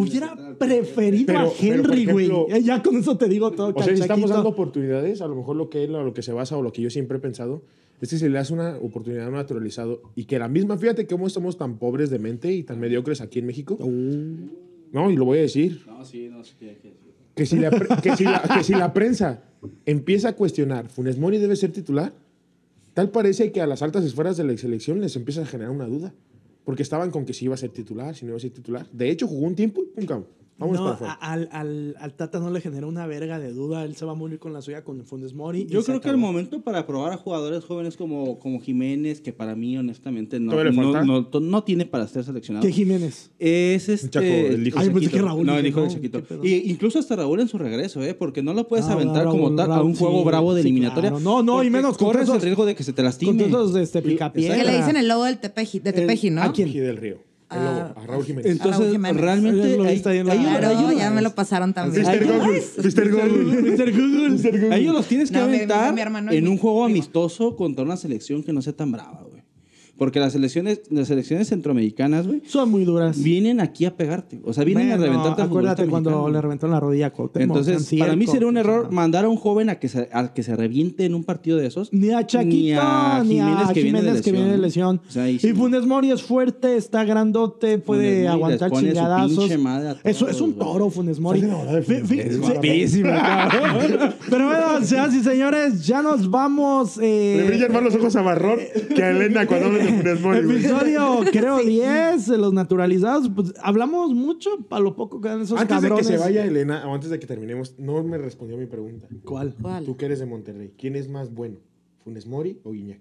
S1: hubiera preferido
S3: Pero-
S1: a
S3: pero, por
S1: Henry, güey.
S3: ejemplo,
S1: Eh, ya con eso te digo todo.
S3: O sea, si estamos
S1: cachaquito.
S3: dando oportunidades, a lo mejor lo que él, a lo que se basa o lo que yo siempre he pensado, es que se le hace una oportunidad a un naturalizado y que la misma, fíjate cómo somos tan pobres de mente y tan mediocres aquí en México.
S1: Oh.
S3: No, y lo voy a decir.
S4: No, sí, no sé qué
S3: Que si, la, pre- que si la- que si la prensa empieza a cuestionar, Funes Mori debe ser titular, tal parece que a las altas esferas de la selección les empieza a generar una duda. Porque estaban con que si iba a ser titular, si no iba a ser titular. De hecho, jugó un tiempo y pum, cabrón. Vamos
S1: No,
S3: para afuera.
S1: a- al, al, al Tata no le genera una verga de duda. Él se va a morir con la suya con Funes Mori. y
S4: Yo
S1: se
S4: creo que el
S1: acabó.
S4: momento para probar a jugadores jóvenes como, como Jiménez, que para mí, honestamente, no,
S3: ¿Todavía le
S4: no,
S3: falta?
S4: no, to- no tiene para ser seleccionado.
S1: ¿Qué Jiménez?
S4: Es este.
S3: Chaco, el hijo. Ay,
S1: pensé
S4: Chaquito.
S1: que Raúl,
S4: No, el
S1: dije,
S4: hijo de
S1: no,
S4: Chaquito.
S1: qué pedo.
S4: Y incluso hasta Raúl en su regreso, ¿eh? Porque no lo puedes
S1: Ah,
S4: aventar
S1: Raúl,
S4: como tal a
S1: Raúl,
S4: un
S1: sí,
S4: juego bravo de
S1: sí,
S4: eliminatoria.
S1: claro. No, no, y
S4: porque
S1: menos con
S4: Corres
S1: esos-
S4: el riesgo de que se te
S1: Con
S4: lastime.
S1: todos de este
S4: Que
S1: picapiedra.
S2: Que le dicen el logo del Tepeji, de Tepeji, ¿no?
S1: ¿a quién?
S3: Gil del Río. El lobo,
S2: Ah.
S3: a Raúl Jiménez.
S2: Raúl
S4: Entonces,
S2: Jiménez.
S4: realmente.
S1: Él lo
S4: hay-
S1: está yendo
S4: hay-
S1: a la-
S4: hay-
S2: Claro,
S4: hay-
S2: ya me lo pasaron también.
S4: Ay,
S3: Mr. Google. Mr. Google.
S1: Mr. Google.
S4: A ellos los tienes que
S2: No, mi-
S4: aventar
S2: mi hermano y
S4: en
S2: mi
S4: un juego
S2: primo.
S4: amistoso contra una selección que no sea tan brava, güey. Porque las selecciones, las selecciones centroamericanas, güey,
S1: Son muy duras.
S4: vienen aquí a pegarte. O sea, vienen
S1: Bueno,
S4: a reventarte. al
S1: Acuérdate
S4: futbolista
S1: cuando
S4: mexicano.
S1: le reventaron la rodilla a Cuauhtémoc
S4: Entonces,
S1: Canciller,
S4: para mí sería un
S1: Cuauhtémoc.
S4: error mandar a un joven a que se, a que se reviente en un partido de esos.
S1: Ni a Chaquito, ni a Jiménez, que, viene de lesión.
S4: O sea, ahí
S1: Y
S4: sí.
S1: Funes Mori es fuerte, está grandote,
S4: Funes
S1: puede
S4: Mori
S1: aguantar
S4: les pone su
S1: chingadazos.
S4: pinche madre a
S1: Eso
S4: todos,
S1: es un
S4: güey.
S1: toro, Funes Mori.
S3: Está enamorado de
S1: Fí-
S3: Funes
S1: fí-
S3: Mori,
S1: sí.
S4: guapísimo, cabrón.
S1: Pero bueno, señoras y señores, ya nos vamos. eh,
S3: Le brillan más los ojos a Barrón que a Elena cuando hablan de Funes Mori, güey.
S1: Episodio, creo, 10 de los naturalizados. Pues hablamos mucho para lo poco que dan esos
S3: Antes de que
S1: cabrones.
S3: se vaya Elena, o antes de que terminemos, no me respondió mi pregunta.
S1: ¿Cuál?
S2: ¿Cuál?
S3: Tú que eres de Monterrey, ¿quién es más bueno? ¿Funes Mori o Guiñac?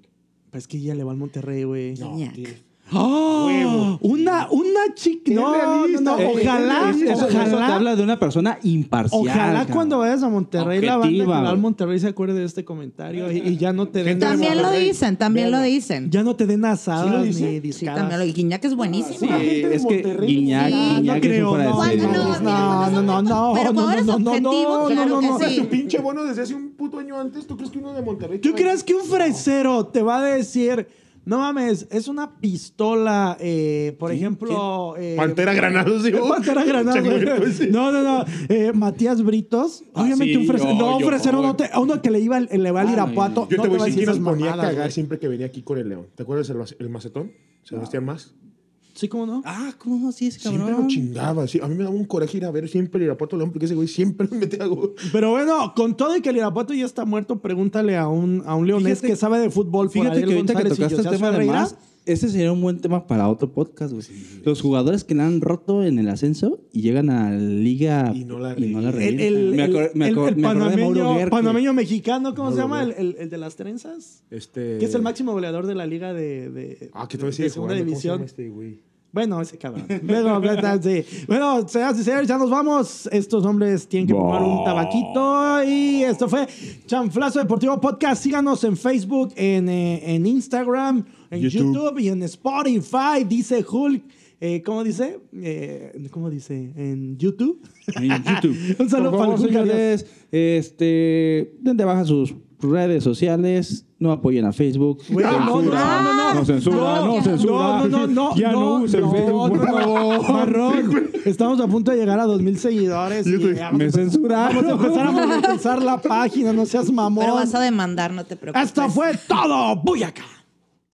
S1: Pues que ya le va al Monterrey, güey.
S2: Guiñac.
S3: tienes-
S1: ¡Oh!
S3: Huevo.
S1: Una, una chica.
S3: Es
S1: No, no,
S3: realista,
S1: no,
S3: eh, es
S1: Ojalá,
S3: realista.
S4: Eso, eso te
S1: ojalá.
S4: habla de una persona imparcial.
S1: Ojalá
S4: cabrón.
S1: cuando vayas a Monterrey, la banda que
S4: Objetiva,
S1: va al
S4: güey.
S1: Monterrey se acuerde de este comentario y, y ya no te den,
S3: Gente de
S2: También lo
S3: Monterrey.
S2: dicen, también lo
S3: Verga.
S2: dicen.
S1: ya no te den
S3: ¿Sí lo
S1: asadas
S3: dice?
S1: ni
S3: Sí,
S2: Sí,
S1: discadas.
S2: también lo Guiñac es
S4: Sí,
S2: buenísimo.
S3: gente de
S4: es que
S3: Monterrey.
S4: Guiñac,
S1: Ah,
S4: Guiñac
S1: no
S4: es un
S1: creo,
S4: fuera de
S1: no,
S4: serie.
S2: Cuando
S1: no,
S2: no, mira, cuando
S1: no,
S2: son-
S1: no,
S2: pero
S1: no,
S2: cuando eres
S1: no, no,
S2: objetivo,
S1: no,
S2: claro
S1: no, no,
S2: que
S1: no.
S2: sí.
S3: Tu pinche bono desde hace un puto año antes, ¿tú crees que uno de Monterrey?
S1: ¿Tú crees que un fresero te va a decir, no mames, es una pistola, eh, por ejemplo... eh,
S3: Pantera Granados, digo. pues
S1: Pantera Granados.
S3: Se muerto ese.
S1: No, no, no. Eh, Matías Britos.
S4: Ah,
S1: Obviamente
S4: sí,
S1: un fresero.
S4: yo-
S1: no, un
S4: yo-
S1: fresero no te. A uno que le iba el- le va al
S4: Ah, no,
S1: Irapuato.
S4: no.
S3: Yo
S1: no
S3: te voy
S1: va
S3: a decir que
S1: esas
S3: nos ponía a
S1: mamadas,
S3: cagar
S1: güey.
S3: siempre que venía aquí con el León. ¿Te acuerdas el, el macetón? Sebastián más.
S1: Sí, ¿cómo no?
S4: Ah, ¿cómo no? Sí, ese
S3: Siempre lo
S4: cabrón.
S3: chingaba. sí. A mí me daba un coraje ir a ver siempre el Irapuato León porque ese güey siempre me metía gol.
S1: Pero bueno, con todo y que el Irapuato ya está muerto, pregúntale a un, a un leonés
S4: Fíjate-
S1: que sabe de fútbol. por
S4: Fíjate
S1: Ariel
S4: que ahorita que
S1: González y
S4: tocaste el
S1: José
S4: tema de
S1: Ferreira.
S4: más, ese sería un buen tema para otro podcast, güey. Los jugadores que la han roto en el ascenso y llegan a liga
S3: Y no la
S1: El,
S4: revientan.
S1: el,
S4: me acor- me
S1: el-
S4: acor-
S1: el
S4: me acordé de Mauro
S1: panameño,
S4: Gerke.
S1: panameño mexicano, ¿cómo se
S3: Mauro
S1: llama? El,
S3: Gerke.
S1: el- el de las trenzas.
S3: Este...
S1: Que es el máximo goleador de la liga de, de-
S3: Ah, que
S1: de
S3: todavía sigue
S1: segunda
S3: jugando. ¿Cómo se
S1: división.
S3: llama este güey?
S1: Bueno, ese cabrón. Bueno, verdad, sí. Bueno, señoras y señores, ya nos vamos. Estos hombres tienen que fumar un tabaquito. Y esto fue Chanflazo Deportivo Podcast. Síganos en Facebook, en, eh, en Instagram, en YouTube.
S3: YouTube.
S1: y en Spotify. Dice Hulk. Eh, ¿Cómo dice? Eh, ¿Cómo dice? En YouTube.
S4: en YouTube.
S1: Un saludo
S4: Por
S1: para
S4: favor,
S1: los Hulk
S4: señores, este, den de baja sus redes sociales, no apoyen a Facebook.
S1: Güey, no, no,
S5: Censura.
S1: no, no, no.
S5: No censura, no censura.
S1: No, no, no, no.
S5: Ya no usen Facebook, por
S1: no. Marrón, estamos a punto de llegar a 2000 seguidores. y ya vamos
S5: Me
S1: a-
S5: censuraron.
S1: Vamos a empezar a monetizar la página, no seas mamón.
S2: Pero vas a demandar, no te preocupes.
S1: Esto fue todo, Buyaka.